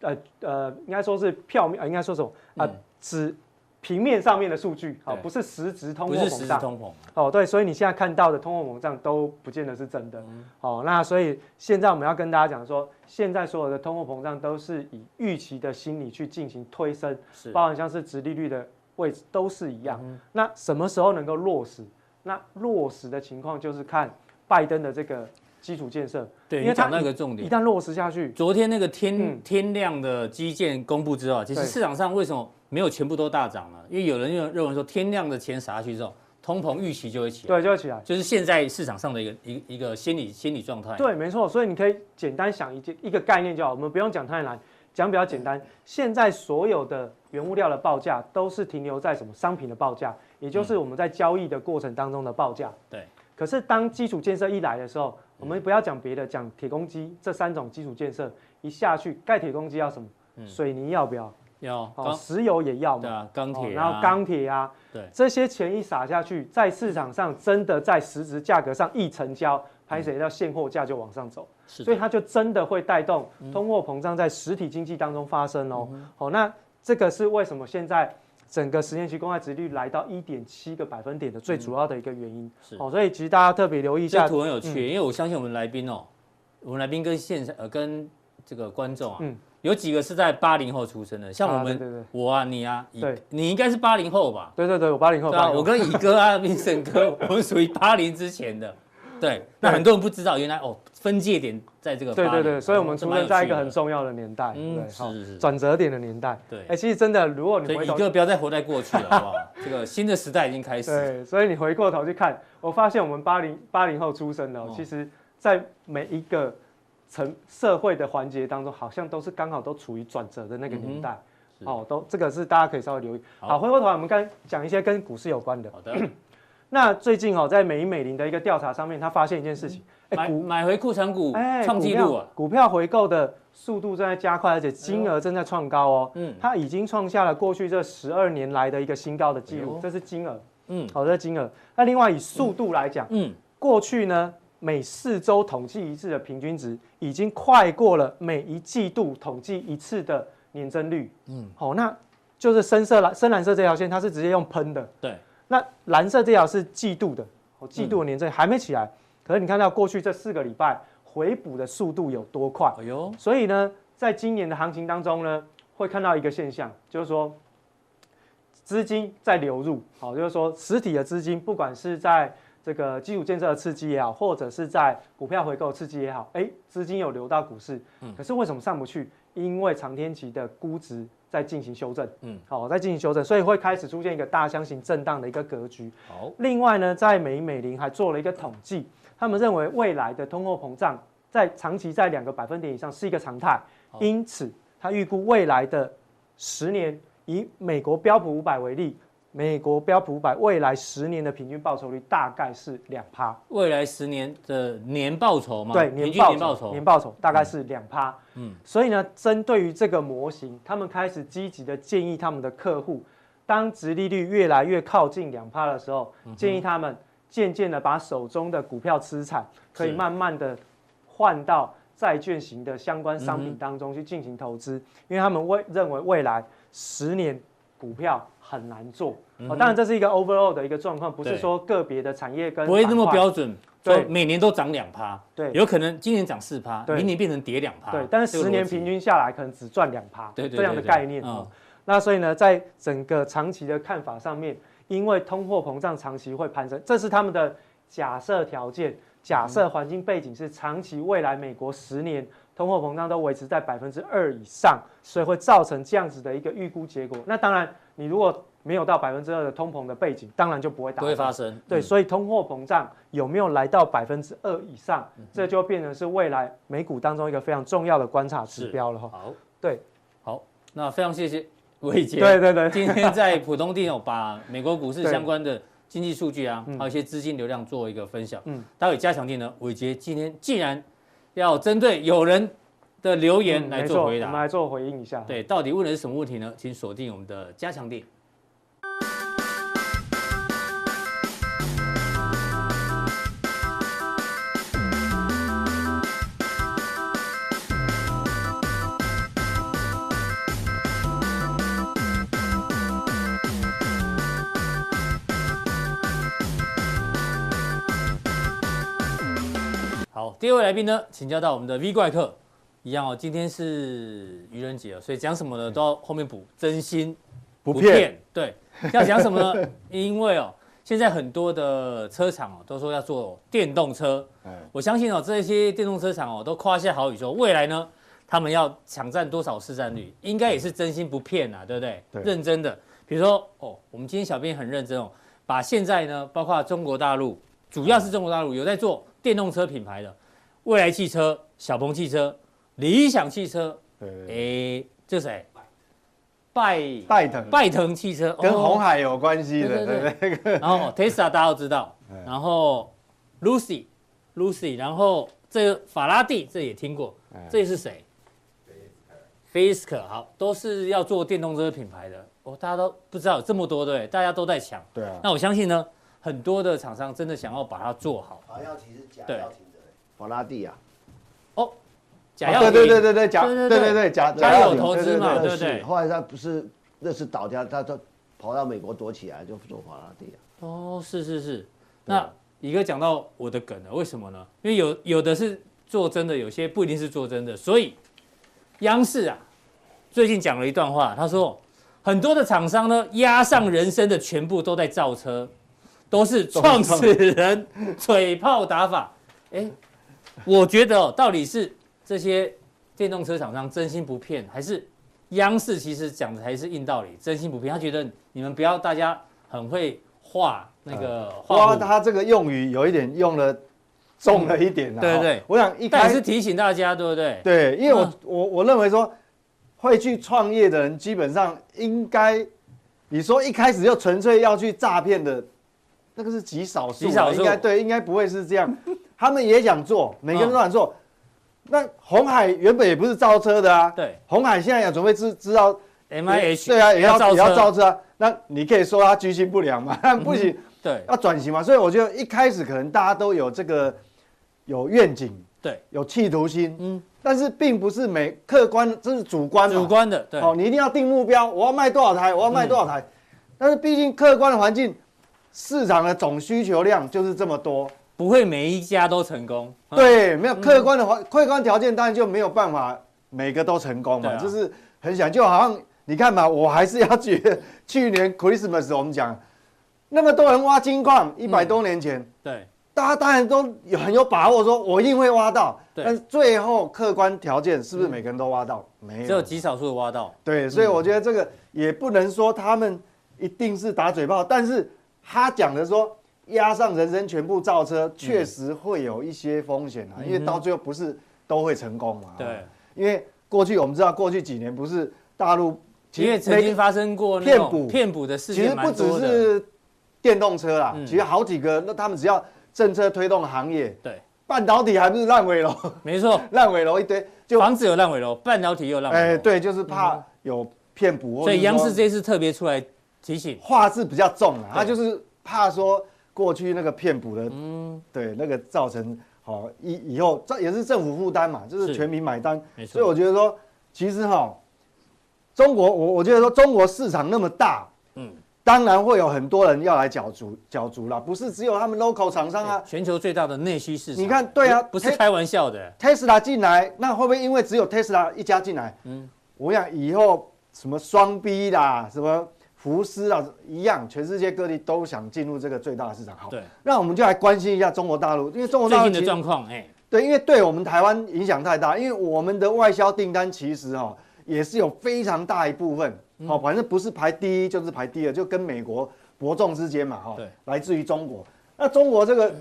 B: 呃呃，应该说是票面，呃，应该说什么啊？纸平面上面的数据，好，
A: 嗯对
B: 不是实质通货
A: 不是实
B: 膨
A: 时
B: 胀。
A: 通膨，
B: 哦，对，所以你现在看到的通货膨胀都不见得是真的。
A: 嗯
B: 哦，那所以现在我们要跟大家讲说，现在所有的通货膨胀都是以预期的心理去进行推升，
A: 是嗯
B: 包含像是殖利率的位置都是一样。那什么时候能够落实？那落实的情况就是看拜登的这个基础建设，
A: 对，
B: 因为
A: 你讲
B: 它
A: 到一个重
B: 一
A: 点。
B: 旦落实下去，
A: 昨天那个天、
B: 嗯
A: 天量的基建公布之后啊，其实
B: 对
A: 市场上为什么没有全部都大涨呢？因为有人认认为说天量的钱撒下去之后，通膨预期就会起来，
B: 对，就会起来。
A: 就是现在市场上的一个一个一个心理心理状态。
B: 对，没错。所以你可以简单想一件一个概念就好，我们不用讲太难。讲比较简单，现在所有的原物料的报价都是停留在什么商品的报价，也就是我们在交易的过程当中的报价。
A: 嗯对，嗯
B: 可是当基础建设一来的时候，我们不要讲别的，讲铁公鸡这三种基础建设一下去，盖铁公鸡要什么？水泥要不要？
A: 要
B: 哦，
A: 嗯钢
B: 石油也要
A: 对
B: 嘛。
A: 啊，钢
B: 哦
A: 铁啊，
B: 然后钢铁啊，
A: 对
B: 这些钱一撒下去，在市场上真的在实质价格上一成交，拍谁到现货价就往上走，
A: 是
B: 所以
A: 的，嗯
B: 它就真的会带动通货膨胀在实体经济当中发生哦。好、那这个是为什么现在整个十年期公债值率来到一点七个百分点的最主要的一个原因。
A: 嗯是
B: 哦，所以其实大家特别留意一
A: 这
B: 下嗯
A: 个，图很有趣，因为我相信我们来宾哦，我们来宾跟现场呃跟这个观众啊，
B: 嗯
A: 有几个是在八零后出生的，像
B: 啊
A: 我们、
B: 对对对
A: 我啊你啊，乙
B: 对
A: 你应该是八零后吧？
B: 对对对，我八零后，
A: 对啊，
B: 80后
A: 我跟乙哥啊、明胜哥，我们属于八零之前的。对，那很多人不知道，原来哦，分界点在这个
B: 对
A: 80
B: 对对，所以我们
A: 这
B: 出
A: 蛮有
B: 生在一
A: 趣
B: 个
A: 的
B: 很重要的年代，
A: 嗯
B: 对，
A: 是
B: 好
A: 是是
B: 转折点的年代。
A: 对
B: 哎，其实真的，如果你
A: 所
B: 回
A: 以乙
B: 头
A: 哥不要再活在过去了，好不 好？这个新的时代已经开始。
B: 对，所以你回过头去看，我发现我们八零八零后出生的哦、
A: 哦
B: 其实在每一个层社会的环节当中，好像都是刚好都处于转折的那个年代。
A: 嗯是
B: 哦，都这个是大家可以稍微留意。
A: 好
B: 好，回过头来我们刚讲一些跟股市有关的。
A: 好的，
B: 那最近哦，在美美林的一个调查上面，他发现一件事情， 哎、
A: 买
B: 股
A: 买回库存股
B: 哎
A: 创纪录啊！
B: 股票股票回购的速度正在加快，而且金额正在创高哦。
A: 嗯
B: 它已经创下了过去这十二年来的一个新高的记
A: 哎
B: 录
A: 呦，
B: 这是金额。
A: 嗯
B: 好、这是金额。那另外以速度来讲，
A: 嗯，
B: 过去呢每四周统计一次的平均值，已经快过了每一季度统计一次的年增率。
A: 嗯
B: 嗯，好、那就是深色蓝深蓝色这条线，它是直接用喷的。
A: 对，
B: 那蓝色这条是季度的，哦，季度的年增率还没起来，可是你看到过去这四个礼拜回补的速度有多快？
A: 哎呦，
B: 所以呢，在今年的行情当中呢，会看到一个现象，就是说资金在流入，好、就是说实体的资金，不管是在这个基础建设的刺激也好，或者是在股票回购刺激也好，哎，资金有流到股市，可是为什么上不去？因为长天期的估值在进行修正，
A: 嗯
B: 嗯，好、在进行修正，所以会开始出现一个大箱型震荡的一个格局。
A: 好，
B: 另外呢，在美美林还做了一个统计，他们认为未来的通货膨胀在长期在两个百分点以上是一个常态
A: 好，
B: 因此他预估未来的十年，以美国标普五百为例，美国标普五百未来十年的平均报酬率大概是两趴，
A: 未来十年的年报酬嘛，
B: 对，
A: 平
B: 年
A: 均年
B: 报
A: 报
B: 酬
A: 酬
B: 年，报酬大概是两趴，
A: 嗯，
B: 所以呢，针对于这个模型，他们开始积极的建议他们的客户，当值利率越来越靠近两趴的时候，
A: 嗯
B: 建议他们渐渐的把手中的股票资产，可以
A: 是
B: 慢慢的换到债券型的相关商
A: 嗯
B: 品当中去进行投资，因为他们未认为未来十年股票很难做。
A: 嗯
B: 哦，
A: 哼
B: 当然这是一个 overall 的一个状况，不
A: 对
B: 是说个别的产业跟
A: 不会那么
B: 板块
A: 标准，
B: 对
A: 说每年都涨两趴，
B: 对
A: 有可能今年涨四趴，
B: 对
A: 明年变成跌两趴，
B: 对，但是
A: 这个
B: 十
A: 逻
B: 年
A: 辑
B: 平均下来可能只赚两趴，
A: 对对
B: 这样的
A: 对对
B: 概念
A: 嗯
B: 哦。那所以呢，在整个长期的看法上面，因为通货膨胀长期会攀升，这是他们的假设条件，假
A: 嗯
B: 设环境背景是长期未来美国十年通货膨胀都维持在百分之二以上，所以会造成这样子的一个预估结果。那当然，你如果没有到百分之二的通膨的背景，当然就不会达
A: 不
B: 到
A: 会发生，
B: 对，
A: 嗯
B: 所以通货膨胀有没有来到百分之二以上，
A: 嗯
B: 这就变成是未来美股当中一个非常重要的观察指标了哈。
A: 好，
B: 对，
A: 好，那非常谢谢魏杰，
B: 对对对，
A: 今天在浦东地哦，把美国股市
B: 对
A: 相关的经济数据啊，
B: 嗯
A: 还有一些资金流量做一个分享。嗯
B: 嗯，
A: 待会加强地呢，伟杰今天既然要针对有人的留言
B: 嗯
A: 来
B: 没
A: 做
B: 错
A: 回
B: 我
A: 答，
B: 们来做回应一下。
A: 对，到底问的是什么问题呢？请锁定我们的加强地。好，第二位来宾呢，请教到我们的 V 怪客，一样哦。今天是愚人节哦，所以讲什么呢，都要后面补，真心
C: 嗯不骗。
A: 对，要讲什么呢？ 因为哦，现在很多的车厂哦，都说要做电动车。
C: 哎，
A: 我相信哦，这些电动车厂哦，都夸下好语说，未来呢，他们要抢占多少市占率，应该也是真心不骗啊，对不对？
C: 嗯对
A: 认真的。比如说哦，我们今天小编很认真哦，把现在呢，包括中国大陆，主要是中国大陆有在做电动车品牌的，未来汽车、小鹏汽车、理想汽车、
C: 对
A: 诶，这谁？拜
C: 拜腾
A: 拜腾汽车
C: 跟红
A: 海，
C: 海有关系的，
A: 对
C: 对
A: 对
C: 不对？
A: 然后 Tesla 大家都知道
C: 哎，
A: 然后 Lucy Lucy，然后这个法拉第这也听过，
C: 哎
A: 这是谁？Fisker 好，都是要做电动车品牌的哦，大家都不知道有这么多对，大家都在抢。
C: 对啊，
A: 那我相信呢，很多的厂商真的想要把它做好。
D: 法药体是假
A: 对哦
D: 药体的，法拉第啊，
A: 假药
C: 啊对
A: 对，
C: 对对对对，假
A: 对对
C: 对
A: 对
C: 对对假
A: 他
C: 假药
A: 有投资嘛，
D: 那
A: 对不
D: 是
A: 对？
D: 后来他不是那是倒掉，他他跑到美国躲起来，就做法拉第啊。
A: 哦，是是是。那一个讲到我的梗了，为什么呢？因为有有的是做真的，有些不一定是做真的。所以央视啊，最近讲了一段话，他说很多的厂商呢，压上人生的全部都在造车，都是创始人 嘴炮打法。哎，我觉得哦，到底是这些电动车厂商真心不骗，还是央视其实讲的才是硬道理，真心不骗？他觉得你们不要大家很会画那个画
C: 哇，
A: 虎
C: 他这个用语有一点用了重了一点啊。
A: 对
C: 哈
A: 对
C: 我想 一
A: 但
C: 开
A: 也是
C: 始
A: 提醒大家，对不对？
C: 对，因为我
A: 嗯
C: 我我认为说会去创业的人，基本上应该你说一开始就纯粹要去诈骗的，那个是极少数啊，
A: 极少数
C: 应该对，应该不会是这样。他们也想做，每个人都想做。那红海原本也不是造车的啊，
A: 嗯对
C: 红海现在也准备知知道
A: ，M I H
C: 对啊，也要也要造
A: 车，
C: 车啊。那你可以说他居心不良嘛？ 那不行，
A: 对
C: 要转型嘛，所以我觉得一开始可能大家都有这个有愿景，
A: 对，
C: 有企图心，
A: 嗯
C: 嗯，但是并不是每客观，这是主观嘛，
A: 主观的，对，嗯
C: 哦，你一定要定目标，我要卖多少台，我要卖多少台，但是毕竟客观的环境，市场的总需求量就是这么多，
A: 不会每一家都成功。嗯，
C: 对，没有客观的环、客观条件，当然就没有办法每个都成功嘛，
A: 对啊
C: 就是很想，就好像你看嘛，我还是要举去年 Christmas 我们讲那么多人挖金矿，一百多年前。
A: 对，
C: 大家当然都有很有把握，说我一定会挖到，
A: 对
C: 但是最后客观条件是不是每个人都挖到？没
A: 嗯只有嗯
C: 有。
A: 极少数的挖到。
C: 对，所以我觉得这个也不能说他们一定是打嘴炮，但是他讲的说压上人生全部造车，确实会有一些风险啊，因为到最后不是都会成功嘛。
A: 嗯对，，
C: 因为过去我们知道，过去几年不是大陆
A: 因为曾
C: 每
A: 经
C: 个
A: 发生过那
C: 骗
A: 种
C: 捕
A: 骗捕的事
C: 其实
A: 件
C: 不
A: 蛮
C: 只
A: 多的。
C: 是电动车啦，
A: 嗯
C: 其实好几个，那他们只要政策推动行业，
A: 对，
C: 半导体还不是烂尾楼，
A: 没错，
C: 烂尾楼一堆，就
A: 房子有烂尾楼，半导体也有烂尾楼。
C: 哎，对，就是怕有骗补，
A: 哦
C: 或
A: 嗯所
C: 者
A: 以央视
C: 是说
A: 这次特别出来提醒，
C: 话是比较重啊，他
A: 对
C: 就是怕说过去那个骗补的，
A: 嗯
C: 对，那个造成好以以后这也是政府负担嘛，就是
A: 是
C: 全民买单，
A: 没
C: 所以我
A: 错，
C: 觉得说，其实哈，中国我我觉得说中国市场那么大，
A: 嗯
C: 嗯，当然会有很多人要来角逐角逐啦，不是只有他们 local 厂商啊
A: 对。全球最大的内需市场。
C: 你看对啊
A: 不不是
C: 嘿
A: 开玩笑的，
C: Tesla 进来，那会不会因为只有 Tesla 一家进来？
A: 嗯
C: 嗯，我想以后什么双 B 啦，什么福斯啊，一样，全世界各地都想进入这个最大的市场。好，
A: 对，
C: 那我们就来关心一下中国大陆，因为中国
A: 最
C: 大陆
A: 近的
C: 其实
A: 状况，哎，
C: 对，因为对我们台湾影响太大，因为我们的外销订单其实哈、哦、也是有非常大一部分，
A: 嗯
C: 好、哦，反正不是排第一就是排第二，就跟美国伯仲之间嘛，哈、
A: 对，
C: 来自于中国。那中国这个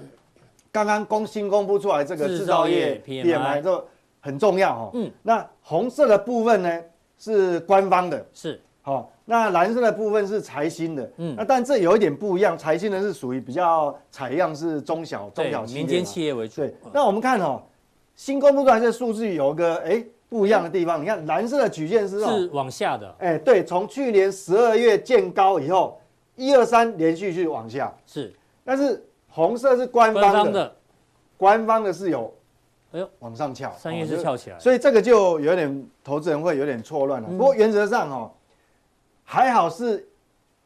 C: 刚刚公新公布出来这个
A: 制
C: 制
A: 造
C: 造
A: 业
C: 业
A: PMI
C: 这很重要哈、哦。
A: 嗯
C: 嗯，那红色的部分呢是官方的，
A: 是
C: 好、那蓝色的部分是财新的，
A: 嗯
C: 嗯，那但这有一点不一样，财新的是属于比较采样是中小中
A: 对
C: 小企业
A: 民间
C: 嘛
A: 企业为主
C: 对，，那我们看哦，新公布出来这数据有个哎不一样的地方，你看蓝色的曲线是
A: 是
C: 哦，
A: 往下的，
C: 哎对，从去年十二月见高以后，一二三连续去往下，
A: 是
C: 但是红色是官
A: 官
C: 方
A: 方
C: 的，
A: 的，
C: 官方的是有，
A: 哎
C: 哎
A: 呦
C: 呦往上翘，
A: 三月
C: 哦
A: 是翘起来，
C: 所以这个就有点投资人会有点错乱了。
A: 嗯
C: 不过原则上哦，还好是，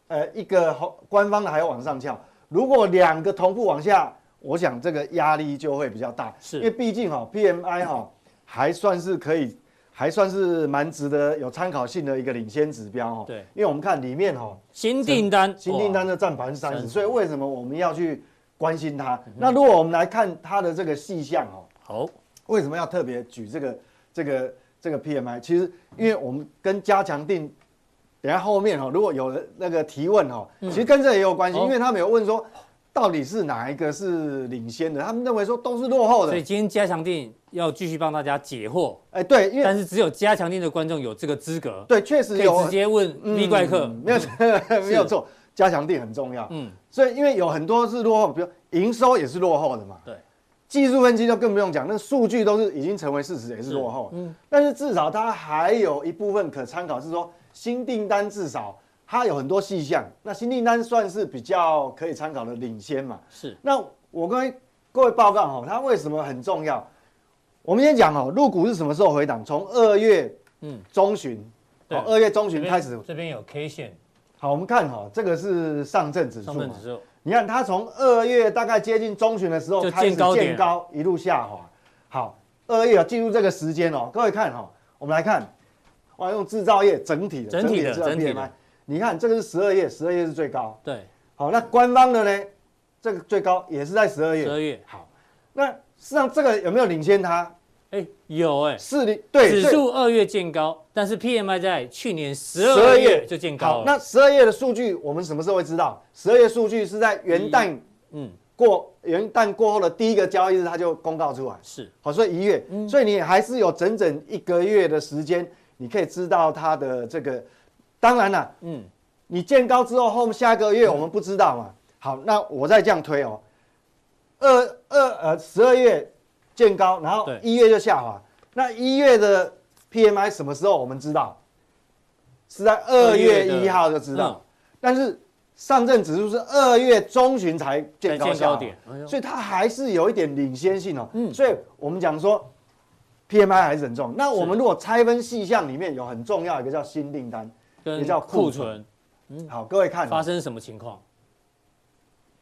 C: 呃，一个红官方的还要往上翘，如果两个同步往下，我想这个压力就会比较大。
A: 是
C: 因为毕竟哦哈 PMI 哈还算是可以，还算是蛮值得有参考性的一个领先指标哈。哦
A: 对
C: 因为我们看里面哈
A: 新订单，
C: 新订单
A: 哇嗯
C: 的占百分之三
A: 30
C: 十，所以为什么我们要去关心它？那如果我们来看它的这个细项哦。
A: 好，
C: 为什么要特别举这个这个这个 PMI？其实因为我们跟加强定，等一下后面哈、哦，如果有人那个提问哈、哦，其实跟这也有关系，
A: 嗯哦
C: 因为他们有问说。到底是哪一个是领先的？他们认为说都是落后
A: 所以
C: 的。
A: 今天加强定要继续帮大家解惑，
C: 哎，对，因为
A: 但是只有加强定的观众有这个资格，
C: 对确实
A: 可以
C: 有
A: 直接问
C: 嗯
A: V 怪客。
C: 没有没有错，加强地很重要。
A: 嗯，
C: 所以因为有很多是落后，比如营收也是落后的嘛。
A: 对，
C: 技术分析就更不用讲，那数据都是已经成为事实，也是落后。嗯，但是至少它还有一部分可参考，是说新订单至少它有很多细项，那新订单算是比较可以参考的领先嘛。
A: 是
C: 那我跟各位报告哦，它为什么很重要？我们先讲哦，入股是什么时候回档？从二月
A: 嗯
C: 中旬，
A: 对
C: 哦，二月中
A: 这
C: 旬
A: 边
C: 开始
A: 这边有 K 线
C: 好，我们看哈、这个是上证指数
A: 上证
C: 嘛
A: 指？数，
C: 你看它从二月大概接近中旬的时候
A: 就
C: 开始
A: 见高点
C: 见高，一路下滑。好，二月有进入这个时间哦，各位看哈、我们来看，哇，用制造业整体的
A: 整体的
C: 制造
A: 整体的
C: PMI 你看这个是十二月，十二月是最高。
A: 对，
C: 好，那官方的呢？这个最高也是在十二
A: 十二
C: 月。
A: 月，
C: 好，那事实上这个有没有领先它？
A: 哎、有哎、
C: 是领对
A: 指
C: 所以
A: 数二月见高，但是 PMI 在去年十二
C: 12
A: 月就见高
C: 好
A: 了。
C: 那十二月的数据我们什么时候会知道？十二月数据是在元旦
A: 嗯
C: 过元旦过后的第一个交易日，它就公告出来。
A: 是
C: 好，所以一月，
A: 嗯
C: 所以你还是有整整一个月的时间，你可以知道它的这个。当然啦，
A: 嗯
C: 你见高之后，后面下个月我们不知道嘛。好，那我再这样推哦，二二呃十二月见高，然后
A: 对
C: 一月就下滑。那一月的 PMI 什么时候我们知道？是在二
A: 二月的
C: 月一号就知道。
A: 嗯
C: 但是上证指数是二月中旬才见
A: 在
C: 高
A: 见
C: 下
A: 高
C: 滑
A: 点，哎呦
C: 所以它还是有一点领先性哦。
A: 嗯
C: 所以我们讲说 PMI 还是很重要。那我们如果拆分细项里面有很重要一个叫新订单，
A: 跟
C: 也叫
A: 库
C: 库存
A: 存
C: 好，各位看哦
A: 嗯发生什么情况？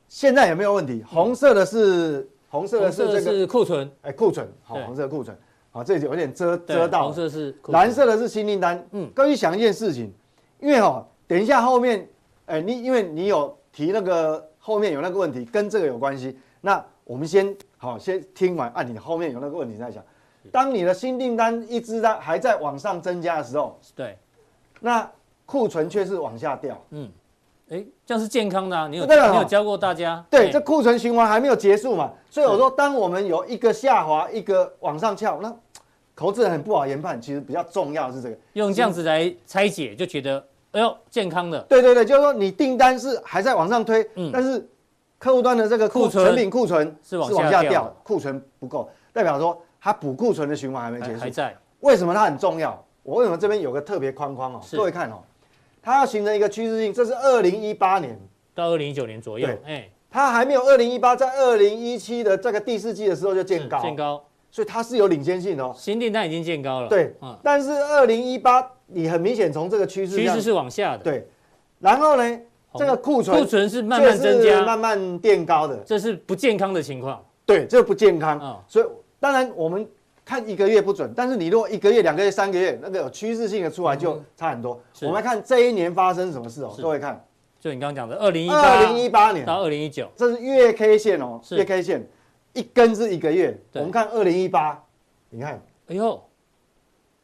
C: 现在有没有问题？红色的是红色的
A: 嗯红
C: 是
A: 色的
C: 这个
A: 是库存，
C: 哎库存，好
A: 对
C: 红色库存，好这有点遮
A: 对
C: 遮到
A: 红，色是库存
C: 蓝色的是新订单。
A: 嗯
C: 嗯，各位想一件事情，因为哦，等一下后面，哎你因为你有提那个后面有那个问题跟这个有关系，那我们先好先听完，按、你后面有那个问题再想。当你的新订单一直在还在往上增加的时候，
A: 对，
C: 那库存却是往下掉。
A: 嗯，哎、这样是健康的啊，你有
C: 这个哦
A: 你有教过大家？
C: 对，
A: 哎
C: 这库存循环还没有结束嘛，所以我说，当我们有一个下滑，一个往上翘，那投资人很不好研判。其实比较重要的是这个，
A: 用这样子来拆解，就觉得哎呦健康的，
C: 对对对，就是说你订单是还在往上推，
A: 嗯
C: 但是客户端的这个库
A: 库存
C: 成品库存
A: 是往下
C: 下
A: 掉的
C: 库存不够，代表说它补库存的循环还没
A: 还
C: 结
A: 还
C: 束。
A: 在，
C: 为什么它很重要？我为什么这边有个特别框框哦？
A: 是
C: 各位看哦，它要形成一个趋势性，这是二零一八年，
A: 到二零一九年左右，
C: 对
A: 哎，
C: 它还没有二零一八，在二零一七的这个第四季的时候就见高，哦
A: 见高，
C: 所以它是有领先性的哦。
A: 新订单已经见高了，
C: 对，
A: 嗯，
C: 但是二零一八你很明显从这个趋势
A: 趋
C: 上
A: 势是往下的，，
C: 对，然后呢，
A: 红
C: 这个库存
A: 库存是慢慢增
C: 这是慢
A: 加，
C: 慢垫高的，
A: 这是不健康的情况，
C: 对，这不健康。
A: 嗯
C: 所以当然我们看一个月不准，但是你如果一个月、两个月、三个月那个有趋势性的出来就差很多。
A: 嗯是
C: 我们来看这一年发生什么事哦，
A: 是
C: 各位看，
A: 就你刚刚讲的二零一八
C: 二零一八年
A: 到二零一九，
C: 这是月 K 线哦，
A: 是
C: 月 K 线一根是一个月，
A: 对
C: 我们看二零一八，你看。
A: 哎呦，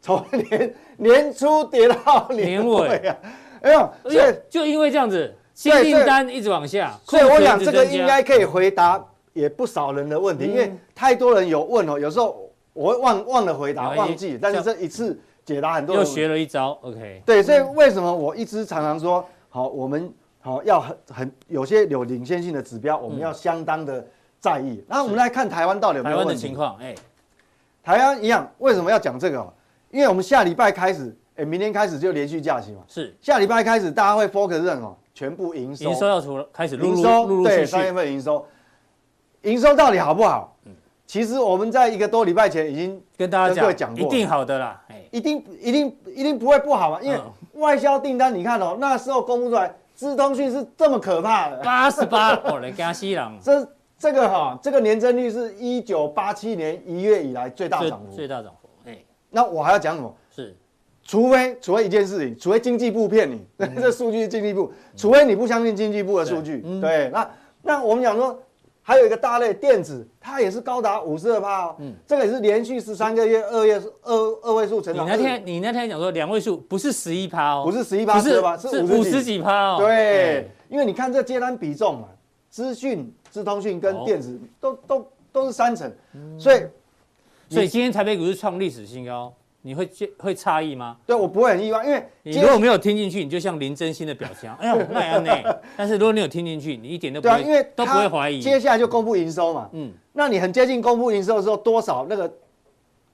C: 从年年初跌到年
A: 年尾
C: 尾啊，哎呦，
A: 哎
C: 所以
A: 呦，就因为这样子，新
C: 对
A: 订单一直往下，
C: 所以
A: 库
C: 我
A: 存
C: 想
A: 一
C: 这
A: 直
C: 个
A: 增加嗯
C: 应该可以回答也不少人的问题，因为太多人有问哦，有时候我会忘忘了回答，
A: 哎
C: 忘记，但是这一次解答很多
A: 又
C: 人
A: 学了嗯一招，OK，
C: 对，所以为什么我一直常常说，好，我们好要很很有些有领先性的指标，我们要相当的在意。然后我们来看台湾到底有
A: 嗯
C: 没
A: 台
C: 有
A: 湾的
C: 问题
A: 情。况，哎，
C: 台湾一样，为什么要讲这个哦？因为我们下礼拜开始，哎，明天开始就连续假期嘛。
A: 是
C: 下礼拜开始，大家会 focus 认哦，全部营收，
A: 营收要出了，开始陆
C: 营
A: 陆
C: 收
A: 陆陆
C: 对
A: 续
C: 三月
A: 续，
C: 份营收，营收到底好不好？
A: 嗯
C: 其实我们在一个多礼拜前已经
A: 跟大
C: 跟各
A: 家
C: 位
A: 讲，
C: 讲
A: 一
C: 过
A: 定好的啦，哎，
C: 一定一定一定不会不好嘛，因为
A: 嗯
C: 外销订单你看哦，那时候公布出来，资通讯是这么可怕的，
A: 八十八，哦，来加西朗
C: 这这个哈、这个年增率是一九八七年一月以来最大
A: 最
C: 涨幅
A: 最。大涨幅，哎，
C: 那我还要讲什么？
A: 是
C: 除非除非一件事情，除非经济部骗你，
A: 嗯
C: 这数据是经济部，除非你不相信经济部的数据，对，那那我们讲说。还有一个大类电子，它也是高达五十二趴哦，
A: 嗯
C: 这个也是连续十三个月二月二二位数成
A: 你
C: 长。
A: 那天你那天讲说两位数不是十一趴哦，
C: 不是11
A: 不
C: 趴12趴
A: 是
C: 是
A: 是五
C: 50
A: 十几趴哦，
C: 对
A: 哎，，
C: 因为你看这接单比重嘛，资讯、资通讯跟
A: 哦嗯
C: 电子都都都是三成，所以
A: 所以今天台北股市创历史新高，你会介会诧异吗？
C: 对我不会很意外，因为
A: 你
C: 今
A: 如果
C: 天
A: 没有听进去，你就像林真心的表情，哎 呦那安呢？但是如果你有听进去，你一点都不
C: 对啊，
A: 会，
C: 因为
A: 都不
C: 它
A: 会怀疑。
C: 接下来就公布营收嘛，
A: 嗯，
C: 那你很接近公布营收的时候，多少那个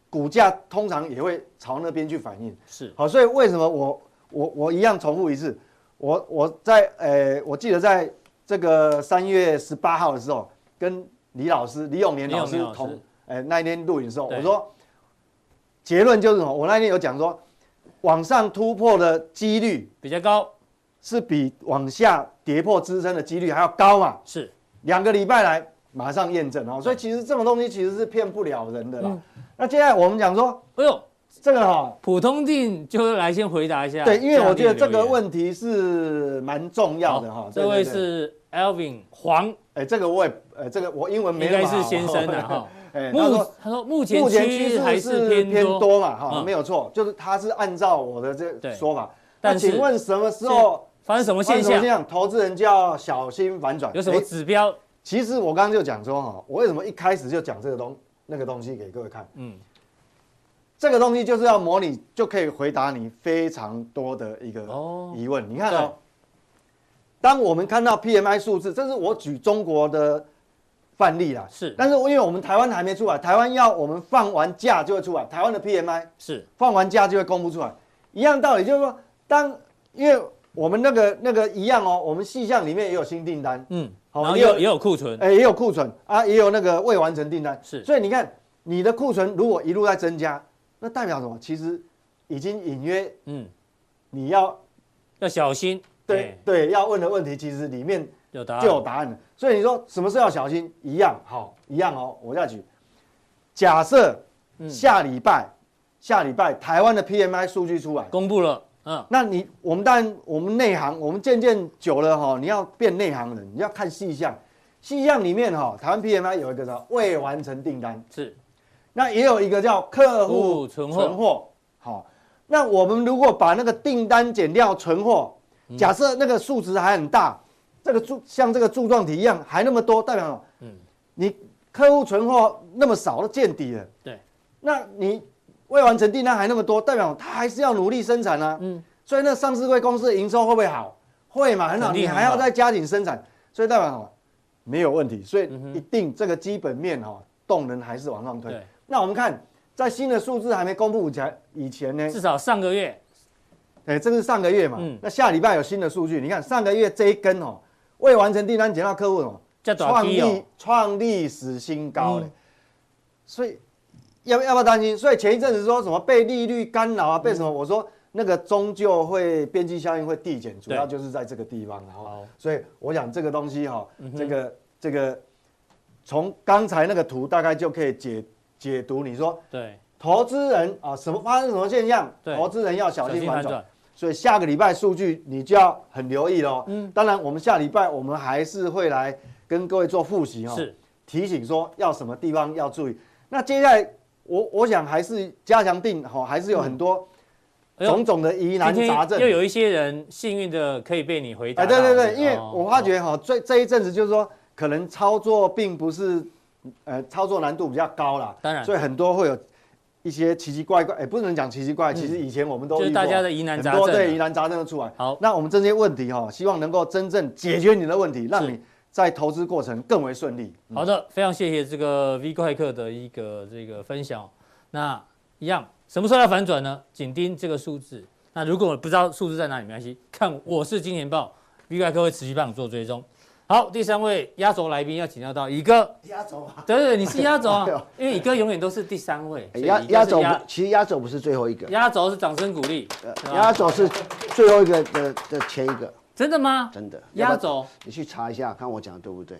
C: 股价通常也会朝那边去反应。
A: 是
C: 好，所以为什么我我我一样重复一次，我我在呃，我记得在这个三月十八号的时候，跟李老师李永年
A: 李永
C: 老
A: 年
C: 师
A: 老师
C: 同呃那一天录影的时候，
A: 对
C: 我说结论就是什么？我那天有讲说，往上突破的几率
A: 比较高，
C: 是比往下跌破支撑的几率还要高嘛。
A: 是
C: 两个礼拜来马上验证哦，所以其实这种东西其实是骗不了人的啦。
A: 嗯
C: 那接下来我们讲说
A: 哎呦，
C: 这个哈、
A: 普通定就来先回答一下。
C: 对，因为我觉得这个
A: 题
C: 问题是蛮重要的哈、
A: 这位
C: 对对对
A: 是 Alvin 黄，
C: 哎，这个我也呃，这个我英文没
A: 应
C: 那
A: 该
C: 么好
A: 是先生 的哈。
C: 哎，他
A: 目
C: 说
A: 他说目前
C: 目前
A: 趋
C: 趋
A: 势
C: 势
A: 还
C: 是
A: 偏
C: 偏
A: 多，
C: 多嘛哈、
A: 嗯
C: 没有错，就是他是按照我的
A: 对
C: 这说法。那
A: 但是
C: 请问什么时候
A: 发生什么
C: 发
A: 现
C: 生什么
A: 象
C: 现？象？投资人就要小心反转。
A: 有什么
C: 哎
A: 指标？
C: 其实我刚刚就讲说哈，我为什么一开始就讲这个东那个东西给各位看？
A: 嗯，
C: 这个东西就是要模拟，就可以回答你非常多的一个
A: 哦
C: 疑问。你看
A: 对
C: 哦，当我们看到 PMI 数字，这是我举中国的范例啦。
A: 是
C: 但是因为我们台湾还没出来，台湾要我们放完假就会出来，台湾的 PMI
A: 是
C: 放完假就会公布出来，一样道理，就是说，当因为我们那个那个一样哦，我们细项里面也有新订单，
A: 嗯，
C: 好
A: 然后
C: 你
A: 也有
C: 有
A: 也有库存，
C: 哎，也有库存啊，也有那个未完成订单，
A: 是
C: 所以你看你的库存如果一路在增加，那代表什么？其实已经隐约
A: 嗯，
C: 你要
A: 要小心。
C: 对、
A: 哎，
C: 对要问的问题，其实里面
A: 有答案
C: 就有答案了。所以你说什么事要小心？一样好，一样哦。我要举，假设下礼拜、下礼拜台湾的 PMI 数据出来，
A: 公布了，嗯，
C: 那你我们当然我们内行，我们渐渐久了哈、你要变内行人，你要看细项。细项里面哈、台湾 PMI 有一个叫未完成订单，
A: 是
C: 那也有一个叫客户
A: 户哦存
C: 存
A: 货
C: 货。好，那我们如果把那个订单减掉存货，假设那个数值还很大，这个柱像这个柱状体一样还那么多，代表什么？
A: 嗯
C: 你客户存货那么少，都见底了。
A: 对，
C: 那你未完成订单还那么多，代表他还是要努力生产啊。嗯，所以那上市贵公司的营收会不会好？会嘛，很好，
A: 肯定
C: 你
A: 很
C: 还要
A: 好嗯
C: 再加紧生产，所以代表什么？没有问题，所以一定这个基本面哈、动能还是往上推
A: 对。
C: 那我们看，在新的数字还没公布以前，以前呢，
A: 至少上个月
C: 哎，这个是上个月嘛，
A: 嗯
C: 那下礼拜有新的数据，你看上个月这一根哦，未完成订单减到客户哦，
A: 叫短
C: 创
A: 期
C: 历
A: 哦，
C: 创历史新高嘞，
A: 嗯
C: 所以要不要不要担心？所以前一阵子说什么被利率干扰
A: 嗯
C: 啊，被什么？我说那个终究会边际效应会递减，主要就是在这个地方，然
A: 好嗯
C: 后，所以我想这个东西哈、这个这个从刚才那个图大概就可以解解读，你说
A: 对，
C: 投资人啊，什么发生什么现象，
A: 对
C: 投资人要小
A: 小
C: 心
A: 心
C: 反
A: 反
C: 转。
A: 转，
C: 所以下个礼拜数据你就要很留意喽。嗯，当然我们下礼拜我们还是会来跟各位做复习哦，
A: 是
C: 提醒说要什么地方要注意。那接下来我我想还是加强定哈、哦，还是有很多
A: 哎呦
C: 种种的疑难
A: 今
C: 杂
A: 天
C: 症。
A: 又有一些人幸运的可以被你回答
C: 哎，
A: 到。
C: 对对对，因为
A: 哦
C: 我发觉哈、最这一阵子就是说，可能操作并不是，呃，操作难度比较高啦，
A: 当然
C: 所以很多会有一些奇奇怪怪，哎，不能讲奇奇怪，其实以前我们都
A: 嗯就是
C: 遇过
A: 大家的疑难杂
C: 很多
A: 症啊
C: 对疑难杂症都出来。
A: 好
C: 那我们这些问题哈、希望能够真正解决你的问题，让你在投资过程更为顺利。
D: 嗯
A: 好的，非常谢谢这个 V 怪客的一个这个分享哦。那一样，什么时候要反转呢？紧盯这个数字。那如果不知道数字在哪里，没关系，看我是金钱豹 V 怪客会持续帮你做追踪。好，第三位压轴来宾要请教到乙哥，
D: 压轴啊，
A: 对对，对你是压轴啊
D: 哎呦，
A: 因为乙哥永远都是第三位，
C: 哎
A: 所以
D: 压
A: 乙哥是
D: 压轴不，其实压轴不是最后一个，
A: 压轴是掌声鼓励，
D: 呃压轴是最后一个的的前一个，
A: 真的吗？
D: 真的
A: 压
D: 要不
A: 轴
D: 然你去查一下，看我讲的对不对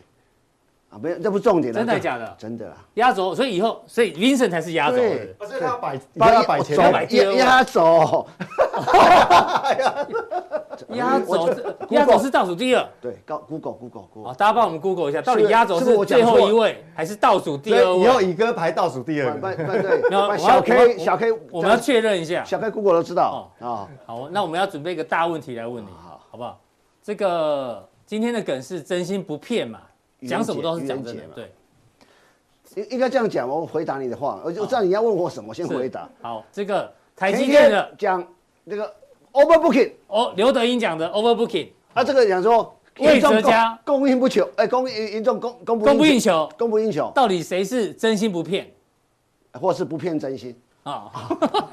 D: 啊？没有，这不重点啊
A: 真的
D: 这
A: 假的
D: 真的啦。啊
A: 压轴，所以以后所以 Vincent 才是压轴的，
D: 对
C: 啊，所以他要摆
D: 把
C: 要摆前
A: 面
C: 面，
A: 摆哎第二
D: 压
A: 位
D: 压轴，
A: 压轴
D: 我
A: 是压轴是倒数第二。
D: 对高 Google Google
A: 好，
D: Google，
A: 哦大家帮我们 Google 一下，到底
D: 是
A: 压轴
D: 是不
A: 是
D: 是我讲
A: 最
D: 错
A: 后一位还是倒数第
C: 所
A: 二
C: 以以后
A: 位？
C: 以哥排倒数第二
D: 不
C: 个
D: 不。不 对，
A: 没有我要
D: 不小
A: 我要
D: K 小 K，
A: 我们要哦确认一下。
D: 小 K Google 都知道啊，
A: 好，那我们要准备一个大问题来问你，
D: 好
A: 好不好？这个今天的梗是真心不骗嘛，
D: 愚人
A: 讲什么
D: 节
A: 都是
D: 愚
A: 讲
D: 人
A: 真
D: 节
A: 的，
D: 嘛
A: 对，
D: 应应该这样讲，我回答你的话，我就知道你要问我什么，我先
A: 哦是
D: 回答。
A: 好，这个台
D: 前
A: 积
D: 一
A: 电
D: 天
A: 的
D: 讲那个 overbooking，
A: 哦，刘德英讲的 overbooking
D: 啊，这个讲说
A: 魏
D: 严重
A: 哲
D: 供
A: 家
D: 供应不求，哎，供应严重供供不
A: 供不应求，
D: 供不应求，
A: 到底谁是真心不骗
D: 或是不骗真心
A: 啊？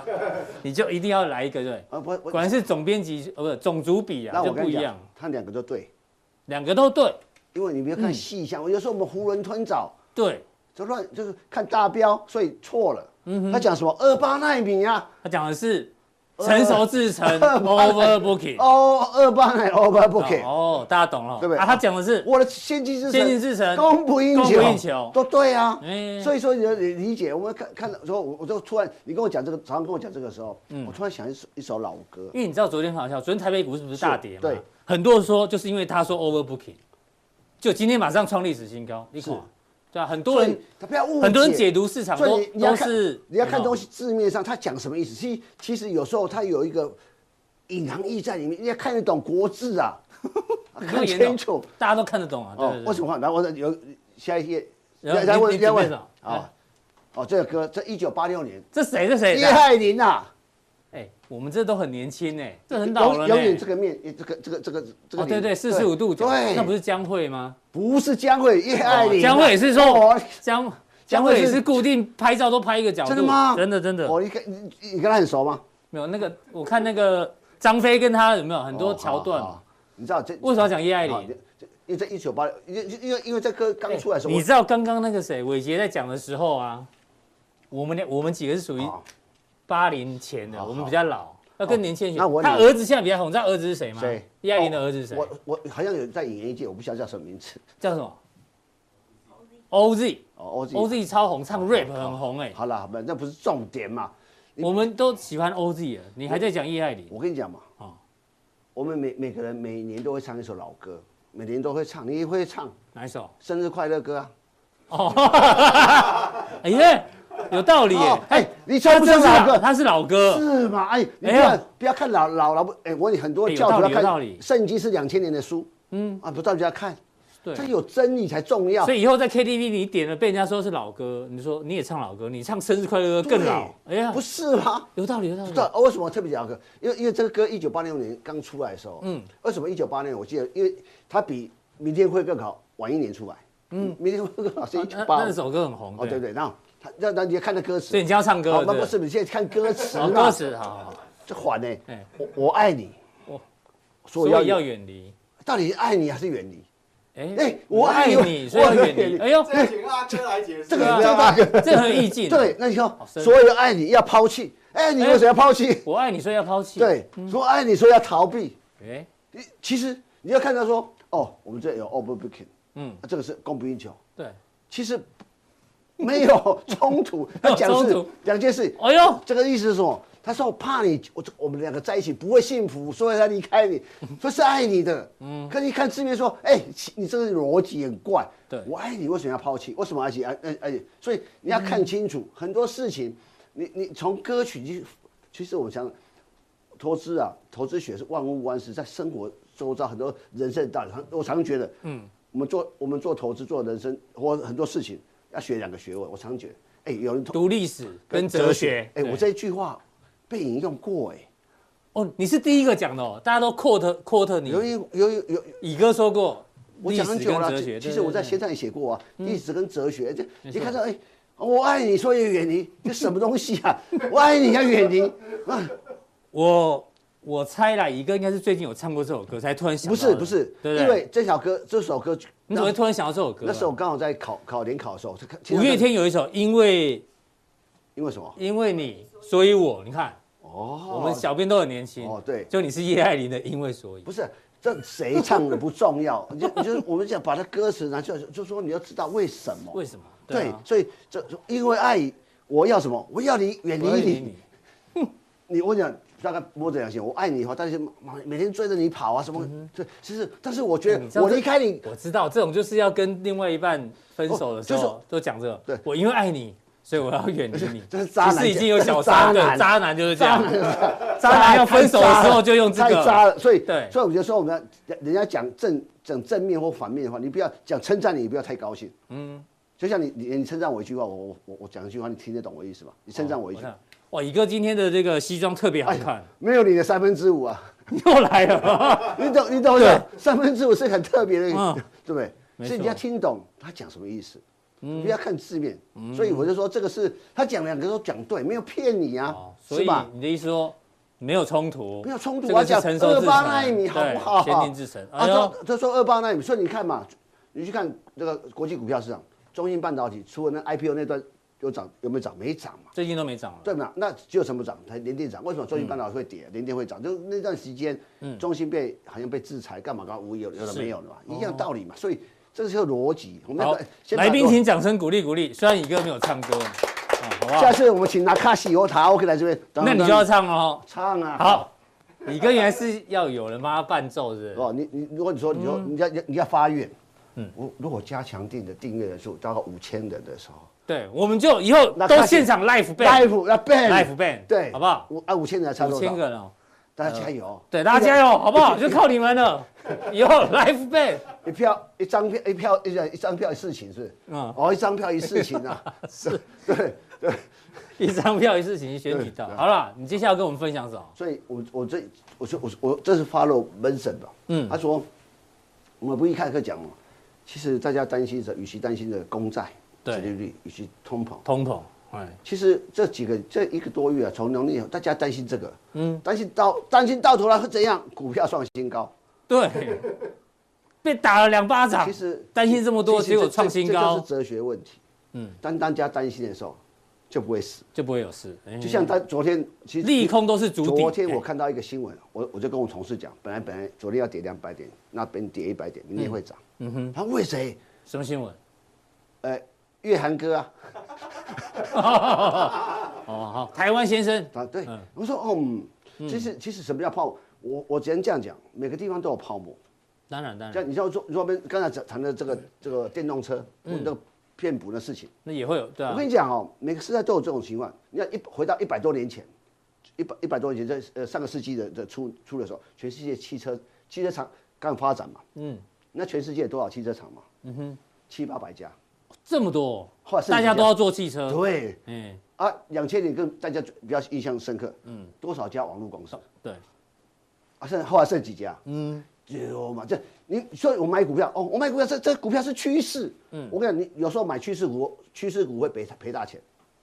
A: 你就一定要来一个对，
D: 啊，我我
A: 果然是总编辑呃，不是总主笔啊，
D: 那
A: 就
D: 我
A: 不
D: 跟你
A: 一
D: 讲
A: 样，，
D: 他两个都对，
A: 两个都对，
D: 因为你没有
A: 嗯
D: 看细项，有时候我们囫囵吞枣，
A: 对
D: 就乱就是看大标，所以错了。
A: 嗯
D: 他讲什么二八纳米啊？
A: 他讲的是
D: 呃
A: 成熟制 成 overbooking，
D: 哦，二八奈 overbooking，
A: 哦，大家懂了，
D: 对不对
A: 啊，他讲的是
D: 我的先进之
A: 先进
D: 神，
A: 制成，
D: 供不应求，
A: 供不应求
D: 都对啊。
A: 哎
D: 所以说你要理解，我们看看到说，我我就突然你跟我讲这个，常常跟我讲这个时候，
A: 嗯
D: 我突然想一首一首老歌，
A: 因为你知道昨天很好笑，昨天台北股市不是大跌嘛？
D: 对，
A: 很多人说就是因为他说 overbooking，就今天马上创历史新高，你看，对啊，很多
D: 所
A: 人
D: 以他不要误解，
A: 很多人解读市场
D: 所
A: 都
D: 以你你要
A: 都
D: 看
A: 是
D: 你要看东西字面上他讲什么意思，其其实有时候他有一个隐含意在里面，你要看得懂国字啊，
A: 你不要
D: 看
A: 研究
D: 清楚。
A: 大家都看得懂啊，对
D: 哦
A: 对，对。
D: 为什么换？然后我有下一页，
A: 然后
D: 再
A: 你
D: 问
A: 你
D: 再
A: 准备
D: 问
A: 什么
D: 啊，哦，这个歌这一九八六年，
A: 这谁这谁
D: 叶？爱玲啊，
A: 哎，我们这都很年轻哎，这很老
D: 永
A: 了
D: 永远这
A: 呢。
D: 个面，这个这个这个这个
A: 哦，
D: 脸，
A: 对对，四十五度角，
D: 对，
A: 那不是江蕙吗？
D: 不是江蕙，叶爱玲啊，
A: 江蕙也是说
D: 哦
A: 江江
D: 江
A: 蕙
D: 蕙
A: 也
D: 是
A: 是固定拍照都拍一个角度，
D: 真的吗
A: 真的真的，
D: 哦，你跟你你跟他很熟吗？
A: 没有那个，我看那个张飞跟他有没有很多
D: 哦
A: 桥段？，
D: 好好你知道这
A: 为什么要讲叶爱
D: 好
A: 玲哎
D: 你？这因为这一九八六，因为因为因为这歌刚出来的时候，
A: 你知道刚刚那个谁伟杰在讲的时候啊，我们俩我们几个是属于
D: 好
A: 八零前的，
D: 好
A: 我们比较老，要跟年轻人学。
D: 那我问
A: 他
D: 你
A: 儿子现在比较红，你知道儿子是谁吗？
D: 谁哦
A: 叶爱玲的儿子是谁？
D: 我我好像有在演艺界，我不晓得叫什么名字。
A: 叫什么？OZ
D: 哦
A: OZ 超红，唱 rap
D: 好
A: 很红哎、
D: 好了，好吧，那不是重点嘛。
A: 我们都喜欢 OZ 了，你还在讲叶爱玲？
D: 我跟你讲嘛，
A: 哦
D: 我们每每个人每年都会唱一首老歌，每年都会唱，你也会唱《
A: 哪一首？哦
D: 生日快乐歌》啊。
A: 哎呀，有道理耶、
D: 哦哎你
A: 他
D: 唱不
A: 真
D: 唱
A: 是
D: 老歌？
A: 他是老歌，
D: 是嘛？哎，你不
A: 呃哎呀
D: 要不要看老老老不哎，我问你很多
A: 哎有
D: 教
A: 道
D: 徒
A: 理
D: 要
A: 有道理
D: 看圣经是两千年的书，
A: 嗯
D: 嗯啊，不到就要看，
A: 对。
D: 它有真理才重要
A: 所。以以后在 KTV 你点了被人家说是老歌，你说你也唱老歌，你唱生日快乐歌更老。哎
D: 对
A: 呀，
D: 不是吗？
A: 有道理，有道
D: 不
A: 理
D: 知。道哦为什么我特别讲这个歌，因为因为这个歌一九八六年刚出来的时候，
A: 嗯
D: 嗯，为什么一九八六年？我记得，因为它比明天会更好晚一年出来，嗯，明天会更好是一九
A: 那
D: 八
A: 呃那首歌很红，
D: 哦，对对，然后他那那你要看那歌词，
A: 所以你今天要唱歌
D: 好，
A: 对
D: 那不是你现在看歌词
A: 好
D: 嘛，
A: 歌词，好好好，
D: 这缓呢
A: 哎，
D: 我我爱你，
A: 我
D: 我
A: 所
D: 所以要
A: 以要
D: 要
A: 远离。
D: 到底是爱你还是远离？
A: 哎
D: 哎，我爱你
A: 你，所以要远 离。
D: 我
A: 哎呦，
C: 这请阿哥来解释。
D: 这
A: 对啊
D: 个不要大哥，
A: 这很有意境。
D: 对，，那你说
A: 好深
D: 所有爱你要抛弃，爱你为什么要抛弃？
A: 哎我爱嗯你，所以要抛弃。，
D: 对，说爱你，所以要逃避。
A: 哎，
D: 你其实你要看到说，哦，我们这有 overbooking，啊
A: 嗯，
D: 这个是供不应求，
A: 对。
D: 其实没有 冲突，他讲
A: 冲
D: 是
A: 突
D: 两件事。
A: 哎呦，
D: 这个意思是什么？他说我怕你，我我们两个在一起不会幸福，所以才离开你，说是爱你的。嗯，可你看字面说，哎、其你这个逻辑很怪。
A: 对
D: 我爱你，为什么要抛弃？为什么爱情爱爱爱你？哎所以你要看清
A: 嗯
D: 楚、很多事情，你你从歌曲去，其实我想投资啊，投资学是万物万事，在生活周遭很多人生的道理，我常觉得，嗯，我们做我们做投资做人生或很多事情要学两个学问，我常觉得，哎、有人投
A: 读历史跟哲学。
D: 哎、我
A: 对
D: 这一句话被引用过、哎，
A: 哦，你是第一个讲的哦，大家都 quote quote
D: 由
A: 你。
D: 于由于有，
A: 乙哥说过，
D: 我
A: 历
D: 讲
A: 史
D: 很
A: 跟
D: 久了，
A: 哲学。
D: 其其
A: 对
D: 实我在
A: 对对嗯
D: 现场也写过啊，历史跟哲学，这
A: 没
D: 你
A: 错
D: 看到哎、我爱你，所以远离，这什么东西啊？ 我爱你要远离，啊，
A: 我我猜啦，乙哥应该是最近有唱过这首歌，才突然想
D: 不
A: 到
D: 是
A: 的
D: 不是，
A: 对不对？
D: 因为这首歌这首歌，
A: 你怎么会突然想到这首歌啊？
D: 那时候我刚好在考考联考的时候，就看
A: 五月，天有一首《因为
D: 因为什么？
A: 因为你所以我》，你看
D: 哦，
A: 我们小编都很年轻
D: 哦对
A: 就你是叶爱玲的《因为所以》，
D: 不是。这谁唱的不重要， 你就你就是我们讲把它歌词拿出来，就说你要知道为什么。
A: 为什么？
D: 对
A: 啊，
D: 所以这因为爱，我要什么？我要你远离
A: 我爱
D: 你。你我讲大概摸着良心，我爱你的话，但是妈每天追着你跑啊什么，对，其实但是我
A: 嗯
D: 觉
A: 哎你知
D: 得
A: 道
D: 我
A: 这
D: 离开你，
A: 我知道这种就是要跟另外一半分手的时
D: 哦
A: 候都讲这个，
D: 对
A: 我因为爱你，所以我要远离你，
D: 这是渣男
A: 其实已经有小
D: 这
A: 三
D: 是渣
A: 对
D: 男
A: 渣男就是这样，渣
B: 渣
A: 男
B: 男
A: 要
B: 要
A: 分
B: 分
A: 手
B: 手
A: 的
B: 的
A: 时
B: 时
A: 候
B: 候
A: 就用这
D: 太
A: 个，
D: 渣了。所以，
A: 对
D: 所以我就说我们要人家讲正讲正面或反面的话，你不要讲称赞你，你不要太高兴。嗯，就像你你你称赞我一句话，我我我我讲一句话，你听得懂我意思吧？你称赞我一
A: 哦我
D: 句，哎
A: 看哇，乙哥今天的这个西装特别好看，
D: 没有你的三分之五啊，
A: 又来了。
D: 你懂你懂我
A: 对
D: 讲三分之五是很特别的，
A: 嗯
D: 对不对？
A: 没错嗯
D: 所以你要听懂他讲什么意思，不要看字面。所以我就说这个是他讲两个都讲对，没有骗你啊
A: 哦，所
D: 是
A: 以
D: 吧？
A: 你的意思说没有冲突，
D: 没有冲突
A: 这个
D: 啊
A: 是成熟
D: 讲
A: 制
D: 28
A: 程
D: 纳米好不
A: 对
D: 好
A: 先进制程，
D: 啊，
A: 哎呦
D: 他他说二八那你说你看嘛，你去看这个国际股票市场，中信半导体除了那 IPO 那段有涨有没有涨？没涨嘛，
A: 最近都没涨了，
D: 对不对？那只有什么涨？它联电涨，为什么中信半导体会
A: 嗯
D: 跌？联电会涨，就那段时间，中信被好像被制裁，干嘛干嘛无有有的
A: 是哦
D: 没有的嘛，一样道理嘛。所以这是个逻辑。我们
A: 好
D: 要先把
A: 来宾
D: 逻
A: 请掌声鼓励鼓励，虽然乙哥没有唱歌，啊，好不
D: 下
A: 好？
D: 次我们请拿卡西油塔 OK 来这边，
A: 那你就要唱哦。
D: 唱啊。
A: 好，乙哥原来是要有人帮他伴奏是不是？
D: 哦，你你如果你说你说
A: 嗯
D: 你要你要发愿，嗯，我如果加强定的订阅人数大概五千人的时候。
A: 对，我们就以后
D: 那
A: 都
D: 他
A: 现场 live band
D: life 要 band
A: live band，
D: 对，
A: 好不好？
D: 五啊五千人才差
A: 五
D: 多
A: 千
D: 少？
A: 个人哦，
D: 大家加油！
A: 对，大家加 油，好不好？就靠你们了，以后 live band，
D: 一票一张票一票一张一张票一事情是不是？
A: 嗯
D: 哦，一张票一事情 啊，是，对对。
A: 一张票一事情选几道。好了，你接下来要跟我们分享什么？
D: 所以我我这我说我说我这是 follow Benson 吧，
A: 嗯
D: 嗯，他说我们不一开课讲哦，其实大家担心着，与其担心着公债
A: 对
D: 殖利率，与其通膨，
A: 通膨，哎，
D: 其实这几个这一个多月啊，从农历以后大家担心这个，
A: 嗯
D: 嗯，担心到担心到头来会怎样？股票创新高，
A: 对，被打了两巴掌，
D: 其实
A: 担心这么多
D: 其实
A: 结果
D: 这
A: 创新
D: 这
A: 高
D: 这就是哲学问题。
A: 嗯
D: 嗯，当大家担心的时候，就不会死。
A: 就不会有事。哎
D: 就像他昨天，其实
A: 利空都是主底。
D: 昨天我
A: 哎
D: 看到一个新闻，我我就跟我同事讲，本来本来昨天要跌两百点，那边跌一百点，明天会涨。嗯哼，他为谁？
A: 什么新闻？
D: 呃，月涵哥啊，
A: 哦，好，台湾先生，
D: 啊对，我说哦，嗯其实其实什么叫泡沫？我我只能这样讲，每个地方都有泡沫。
A: 当然当然，
D: 像你像说说边刚才讲谈的这个这个电动车，
A: 嗯
D: 我们这个骗补的事情，
A: 那也会有对啊
D: 我跟。你讲哦，每个时代都有这种情况。你看一回到一百多年前，一百一百多年前，在呃上个世纪的的初初的时候，全世界汽车汽车厂刚发展嘛，
A: 嗯，
D: 那全世界有多少汽车厂嘛？嗯哼，七八百家。
A: 这么多
D: 后，来剩
A: 大
D: 几
A: 家
D: 家
A: 都要坐汽车。
D: 对
A: 嗯，
D: 啊，两千年更大家比较印象深刻。嗯，多少家网络公司
A: 对，
D: 啊？剩后来剩几家？嗯，有嘛？这你所以我买股票哦，我买股票这这股票是趋势。嗯，我跟你讲，你有时候买趋势股，趋势股会赔赔大钱。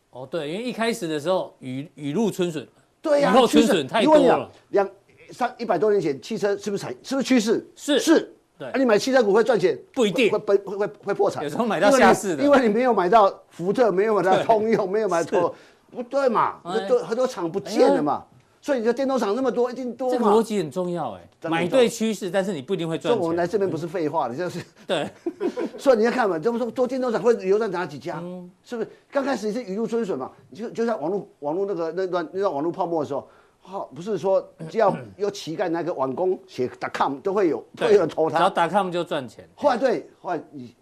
A: 哦对，因为一开始的时候雨雨露春笋，
D: 对呀、
A: 以后
D: 趋
A: 春
D: 势
A: 笋太
D: 你问
A: 多
D: 你啊
A: 了，
D: 两三一百多年前，汽车是不是产是不是趋势？
A: 是
D: 是。
A: 对
D: 啊，你买汽车股会赚钱？
A: 不一定
D: 会会会会会破产。
A: 有时候买到
D: 因为你
A: 下市的
D: 因为你没有买到福特，没有买到通用， 没有买到，不对嘛？
A: 哎
D: 很多很多厂不见了嘛，所以你说电动厂那么多，一定多
A: 这个
D: 嘛。
A: 逻辑很重要哎，
D: 当然
A: 买对趋势，但是你不一定会
D: 所以
A: 赚
D: 我们来
A: 钱。
D: 这边不是废话的，就是
A: 对，
D: 所以你要看嘛，这么说做电动厂会留在哪几家？是不是？刚开始是雨露春笋嘛，你就就像网络网络那个那段那段网络泡沫的时候，好、不是说只要有乞丐那个网工写 .com 都会有
A: 对
D: 会有人投
A: 只要
D: 他。
A: 打 com 就赚钱。
D: 后来对，后来你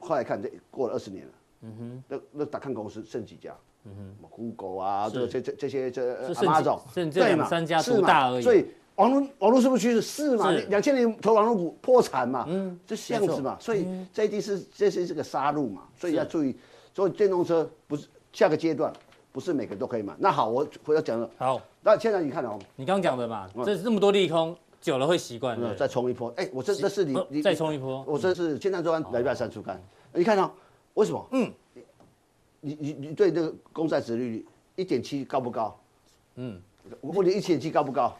D: 后来看这过了二十年了，嗯哼，那那 .com 公司剩几家？嗯哼，Google 啊，这个这这这些这
A: 就剩
D: 呃
A: 几
D: Amazon，
A: 剩这
D: 对
A: 两
D: 嘛
A: 三家
D: 是
A: 独
D: 嘛
A: 大而已
D: 所以网络网络是不是趋势？是嘛
A: 是？
D: 两千年投网络股破产嘛，
A: 嗯
D: 嗯，就这样子嘛。所以这一定是这是这个杀戮嘛，所以要注意。所以电动车不是下个阶段不是每个都可以买。那好，我回到讲了，
A: 好，
D: 那现在你看哦，
A: 你刚讲的嘛，这这么多利空，久了会习惯的。
D: 再冲一波，哎，我这这是你
A: 呃
D: 你
A: 再冲一波，
D: 我这是现在做完
A: 哦
D: 礼拜三出刊，你看到、哦为什么？嗯，你你你对那个公债殖利率一点七高不高？嗯，我问你一点七高不高？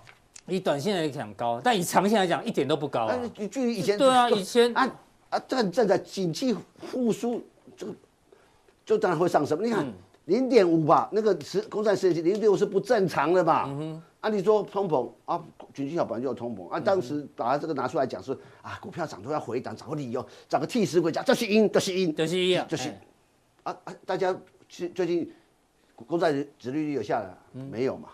A: 以短线来讲高，但以长线来讲一点都不高啊
D: 但。是距离以前
A: 对啊以前
D: 啊啊，这个正在景气复苏，这个就当然会上升。你
A: 嗯
D: 看零点五吧，那个十公债十年期零点五是不正常的吧？
A: 嗯
D: 按理说通膨啊，景气好本来就有通膨
A: 嗯
D: 啊，当时把它这个拿出来讲是啊，股票涨都要回档，找个理由，找个替死鬼讲，这是因，这是因，
A: 就是一样，
D: 就是
A: 哎
D: 啊啊，大家最最近公债殖利率有下来啊
A: 嗯
D: 没有嘛？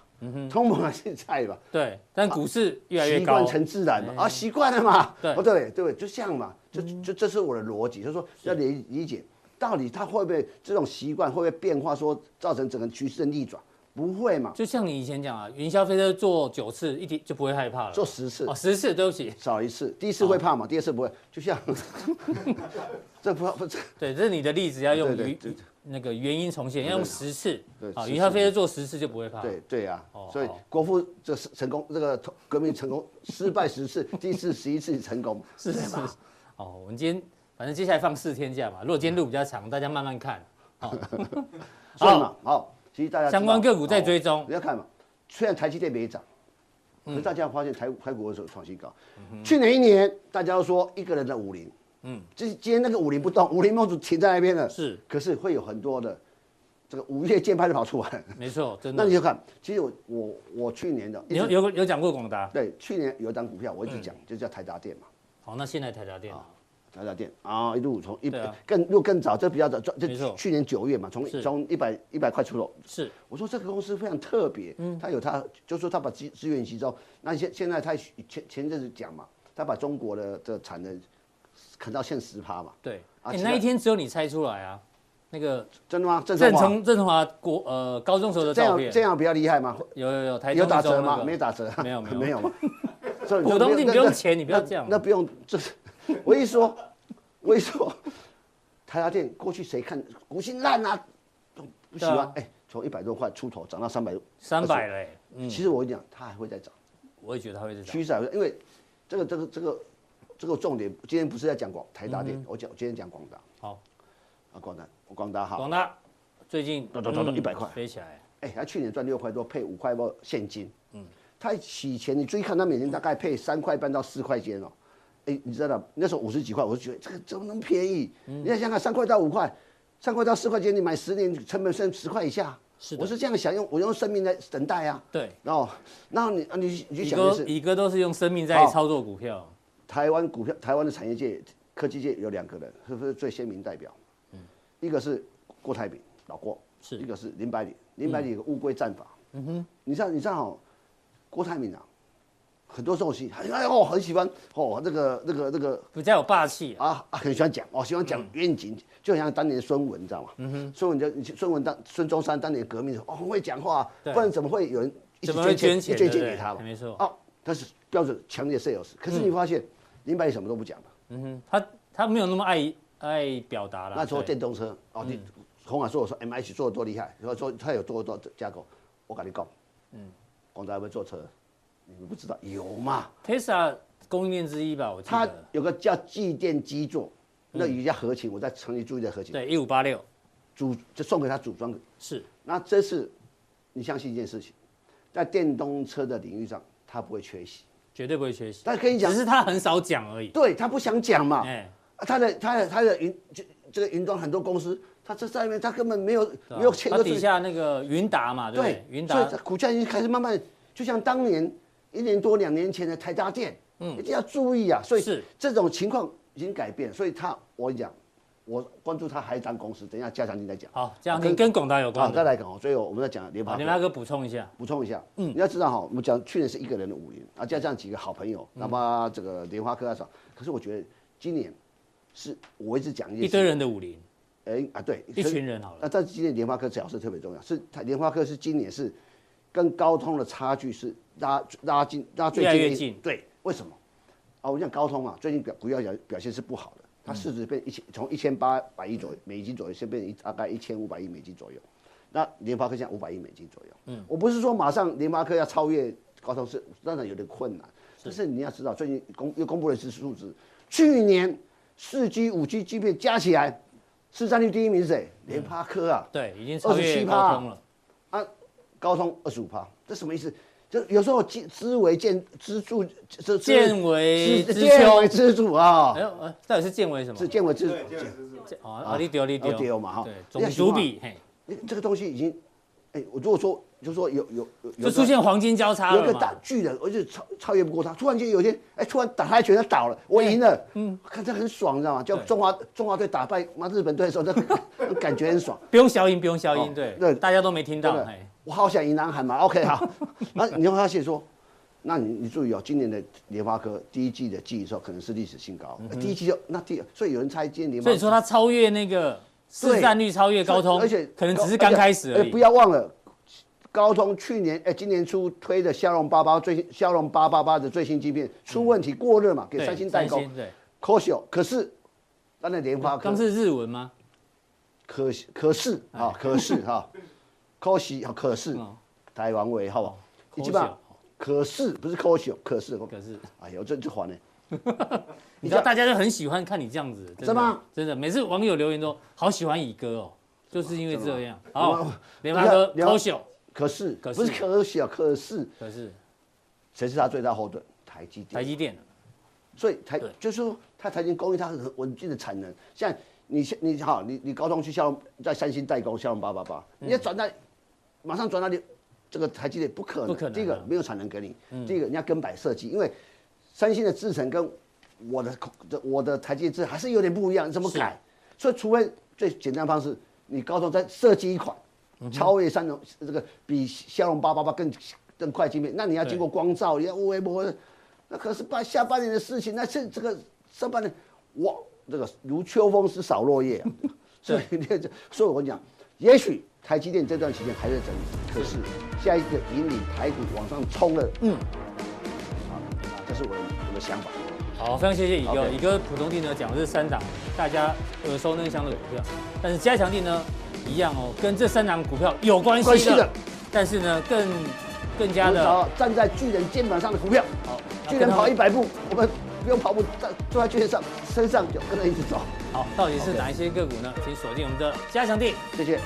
D: 通膨还是在吧？
A: 对，但股市越来越
D: 习
A: 高哎
D: 惯，成自然嘛，啊，习惯了嘛，
A: 对嗯
D: 哦对对，就这样嘛，就就这是我的逻辑，就是说要理理解到底它会不会这种习惯会不会变化，说造成整个趋势的逆转，不会嘛，
A: 就像你以前讲啊，云霄飞车坐九次，一点就不会害怕了。
D: 做十次
A: 哦，十次，对不起，
D: 少一次，第一次会怕嘛，第二次不会，就像 这不不这
A: 对，这是你的例子要用
D: 对对
A: 原
D: 对对
A: 那个原因重现，要用十次
D: 对。
A: 好，
D: 十次
A: 云霄飞车坐十次就不会怕。
D: 对对啊
A: 哦，
D: 所以
A: 好
D: 国父这是成功这个同革命成功失败十 次，第一次十一次成功，
A: 是是是。哦，我们今天反正接下来放四天假嘛，如果今天录比较长，大家慢慢看。
D: 所以嘛，好，其实大家知道
A: 相关个股在追踪嗯
D: 哦你要看嘛，虽然台积电没涨，可是大家发现台台股有所创新高。去年一年大家都说一个人的五零，嗯，今今天那个五零不动， 五零梦主停在那边了，
A: 是，
D: 可是会有很多的这个五月键盘就跑出来了。
A: 没错，真
D: 那你
A: 的。
D: 就看，其实我我我去年的，
A: 你有嗯有有讲过广达，
D: 对去年有一档股票我一直讲，就叫台达电嘛。
A: 好，那现在台达电
D: 啊台达电啊，一路从一
A: 对啊
D: 更又更早，这比较早，这
A: 没错
D: 这去年九月嘛，从
A: 是
D: 从一百一百块出头，
A: 是
D: 我说这个公司非常特别，
A: 嗯
D: 它有它，就说它把资资源集中。那现现在它前前阵子讲嘛，它把中国的这产能砍到现十趴嘛，
A: 对。
D: 啊
A: 哎，
D: 其他
A: 那一天只有你猜出来啊，那个
D: 真的吗？郑
A: 郑
D: 成华
A: 成郑成华国呃高中时候的
D: 这
A: 照
D: 样
A: 片
D: 这，样比较厉害吗？
A: 有有有，台中
D: 有
A: 一
D: 打
A: 中
D: 折
A: 那
D: 吗？
A: 个
D: 没打折，
A: 没有没有
D: 没有嘛。所以
A: 股
D: 就
A: 东
D: 没有
A: 你
D: 那
A: 不用
D: 那
A: 钱你不要这样
D: 那那不用，这是我一说，我一说，台达电过去谁看股性烂啊，不喜
A: 对
D: 欢
A: 啊
D: 哎，从一百多块出头涨到三百，
A: 三百嗯嘞，
D: 其实我跟你讲，它还会再涨。
A: 我也觉得他会是这样。
D: 趋势还会，因为这个这个这个这个重点，今天不是在讲广台达
A: 嗯
D: 电，我讲我今天讲广达
A: 好，
D: 啊，广达广达好，
A: 广达最近
D: 咚咚咚咚
A: 嗯
D: 100块
A: 飞起来，
D: 哎、他去年赚六块多，配五块多现金，嗯，他以前你注意看，他每年大概配三块半到四块钱哦，哎、你知道那时候五十几块，我就觉得这个怎么能便宜？
A: 嗯
D: 你要想想三块到五块，三块到四块钱，你买十年成本剩十块以下，
A: 是的
D: 我是这样想用，我用生命来等待啊，
A: 对，
D: 然后然后你啊你你
A: 乙
D: 去想就
A: 哥
D: 是。哦
A: 乙哥都是用生命在
D: 好
A: 操作股票，
D: 台湾股票，台湾的产业界、科技界有两个人，是不是最鲜明代表？一个是郭台铭老郭，
A: 是
D: 一个嗯是林百里，林百里有个乌龟战法。嗯哼，你知道，你知道、哦，郭台铭啊，很多东西，哎哦，很喜欢哦，那个那个那个
A: 比较有霸气啊。
D: 啊啊，很喜欢讲哦，喜欢
A: 嗯
D: 讲愿景，就像当年孙文，你知道吗？孙文就你去孙文当孙中山当年革命的时候，哦，很会讲话啊，
A: 对
D: 不然怎么会有人一直
A: 怎么会捐
D: 捐
A: 钱
D: 一捐
A: 对
D: 钱
A: 不
D: 给
A: 对
D: 他嘛？
A: 没错
D: 哦，他是标准强烈 sales，可是你发现林百里什么都不讲嘛。
A: 嗯哼，他他没有那么爱爱表达了。
D: 那时候
A: 啊对嗯
D: 电动车哦，你红海说我说 M H 做的多厉害，说说他有做多多架构，我跟你讲，嗯，广州还会做车，你们不知道有嘛？
A: Tesla 供应链之一吧，我记
D: 它
A: 得。
D: 有个叫继电基座，那有一家合情，我在城里注意的合情，
A: 嗯对，一五八六
D: 组就送给他组装。
A: 是
D: 那这次你相信一件事情，在电动车的领域上，它不会缺席，
A: 绝对不会缺席。
D: 但跟你讲
A: 只是他很少讲而已。
D: 对他不想讲嘛，
A: 哎，
D: 啊他的他的他的云这这个云端很多公司，他这在里面他根本没有
A: 对啊
D: 没有签
A: 他
D: 过
A: 底
D: 字。
A: 下那个云达嘛，对不对？云
D: 所以
A: 达
D: 它股价已经开始慢慢，就像当年一年多两年前的台达电，嗯，一定要注意啊。所以
A: 是
D: 这种情况已经改变，所以它我跟你讲，我关注它还有一张公司，等一下加强力再讲。
A: 好，这样跟跟广达有
D: 好，
A: 关的。
D: 再来讲哦。所以我们在讲联
A: 好，
D: 发
A: 你
D: 科
A: 们大哥补充一下，
D: 补充一下，嗯，你要知道哈，我们讲去年是一个人的五年啊，加上几个好朋友，
A: 嗯
D: 那么这个莲花科啊啥，可是我觉得今年是呃我一直讲一
A: 一
D: 件
A: 堆
D: 事，
A: 人的武林，
D: 哎啊对，
A: 一群人好
D: 那
A: 了。
D: 但是今年联发科角色特别重要，是它联发科是今年是跟高通的差距是拉拉近拉最
A: 越
D: 近
A: 来
D: 的
A: 越
D: 一
A: 近
D: 对，为什么？啊，我讲高通啊，最近表股票表表现是不好的，它市值变一千从一千八百亿左右美金左右，现在变成一大概一千五百亿美金左右。那联发科现在五百亿美金左右，嗯，我不是说马上联发科要超越高通是当然有点困难，但是你要知道最近公又公布了一次数字，去年四 G、五 G 芯片加起来市占率第一名是谁？联发科啊，
A: 对，已经超越
D: 27%
A: 高通了。
D: 啊，高通二十五趴，这什么意思？就有时候知知为见知著，这
A: 见微知
D: 见为
A: 秋
D: 知著啊
A: 哎，呦，呃到底是建伟什么？
D: 是见为知
C: 对，这样子是。
A: 哦，啊，你丢你
D: 哦对
A: 丢
D: 嘛哈
A: 对，
D: 你
A: 种
D: 看情
A: 族
D: 况
A: 比，嘿，
D: 著。这个东西已经，哎，我如果说就说有有有有
A: 就出现黄金交叉
D: 有
A: 了
D: 一个
A: 嘛
D: 大。巨人，而且超超越不过他，突然间有一天，哎，突然打他一拳，他倒了，我赢了，嗯，看这很爽，你知道吗？叫
A: 对
D: 中华中华队打败妈日本队的时候，那那感觉 很爽。
A: 不用消音，不用消音，
D: 哦
A: 对，
D: 对
A: 大家都没听
D: 对
A: 到
D: 不，对
A: 嘿，
D: 我好想赢南韩嘛，OK 好，那你会发现说，那你你注意哦，今年的联发科第一季的季营收可能是历史新高，呃第一季就那第，所以有人猜今年联
A: 嗯
D: 发
A: 所
D: 科，
A: 以说它超越那个
D: 对
A: 市占率超越高通，
D: 而且
A: 可能只是刚开始而
D: 哎
A: 已
D: 不。要忘了，高通去年哎、今年初推的骁龙八八最新骁龙八八八的最新芯片出问题过热嘛，给
A: 嗯对
D: 三星代工
A: 三，星对，
D: 可惜哦。可是，那那联发科
A: 刚是日文吗？
D: 可惜可是啊，可是哈，可惜啊，可是
A: 嗯
D: 台湾位好不好？你基
A: 可惜哦
D: 本上可是不是可惜哦，可是
A: 可是
D: 哎呦，这这还呢，
A: 你知道大家都很喜欢看你这样子，真的
D: 是吗？
A: 真的，每次网友留言都好喜欢乙哥哦，就是因为这样。好，联
D: 吗
A: 发科
D: 你看
A: 偷秀，
D: 可是
A: 可是
D: 不是可惜啊，可是
A: 可是
D: 谁是他最大后盾？台积电。
A: 台积电
D: 所以台
A: 对
D: 就是说，它台积电供应它很稳定的产能。像你现你好，你你高通去骁龙在三星代工骁龙八八八，
A: 嗯
D: 你要转到马上转到你这个台积电不可能，
A: 不可能啊
D: 第一个没有产能给你，第一个你要跟百设计，因为三星的制程跟我的我的台积电制程还是有点不一样，你怎么改？所以除非最简单的方式，你高通再设计一款超越三龙这个比骁龙八八八更更快晶片，那你要经过光照，你要微波，那可是半下半年的事情，那是这个上半年哇，这个如秋风之扫落叶、啊，所以你这，所以我跟你讲，也许台积电这段期间还在整理，可是下一个引领台股往上冲的，嗯，啊，这是我的我的想法。
A: 好，非常谢谢乙哥。
D: OK
A: 乙哥普通地呢讲的是三档大家耳熟能详的股票，但是加强地呢一样哦，跟这三档股票有关
D: 关
A: 系
D: 系
A: 的
D: 的，
A: 但是呢更更加
D: 我们找
A: 的啊
D: 到站在巨人肩膀上的股票，
A: 好，
D: 巨人跑一
A: 百。
D: 百步，我们不用跑步，站坐在巨人上身上就跟着一直走。
A: 好，到底是哪一些个股呢？请锁定我们的加强地。
D: 谢谢。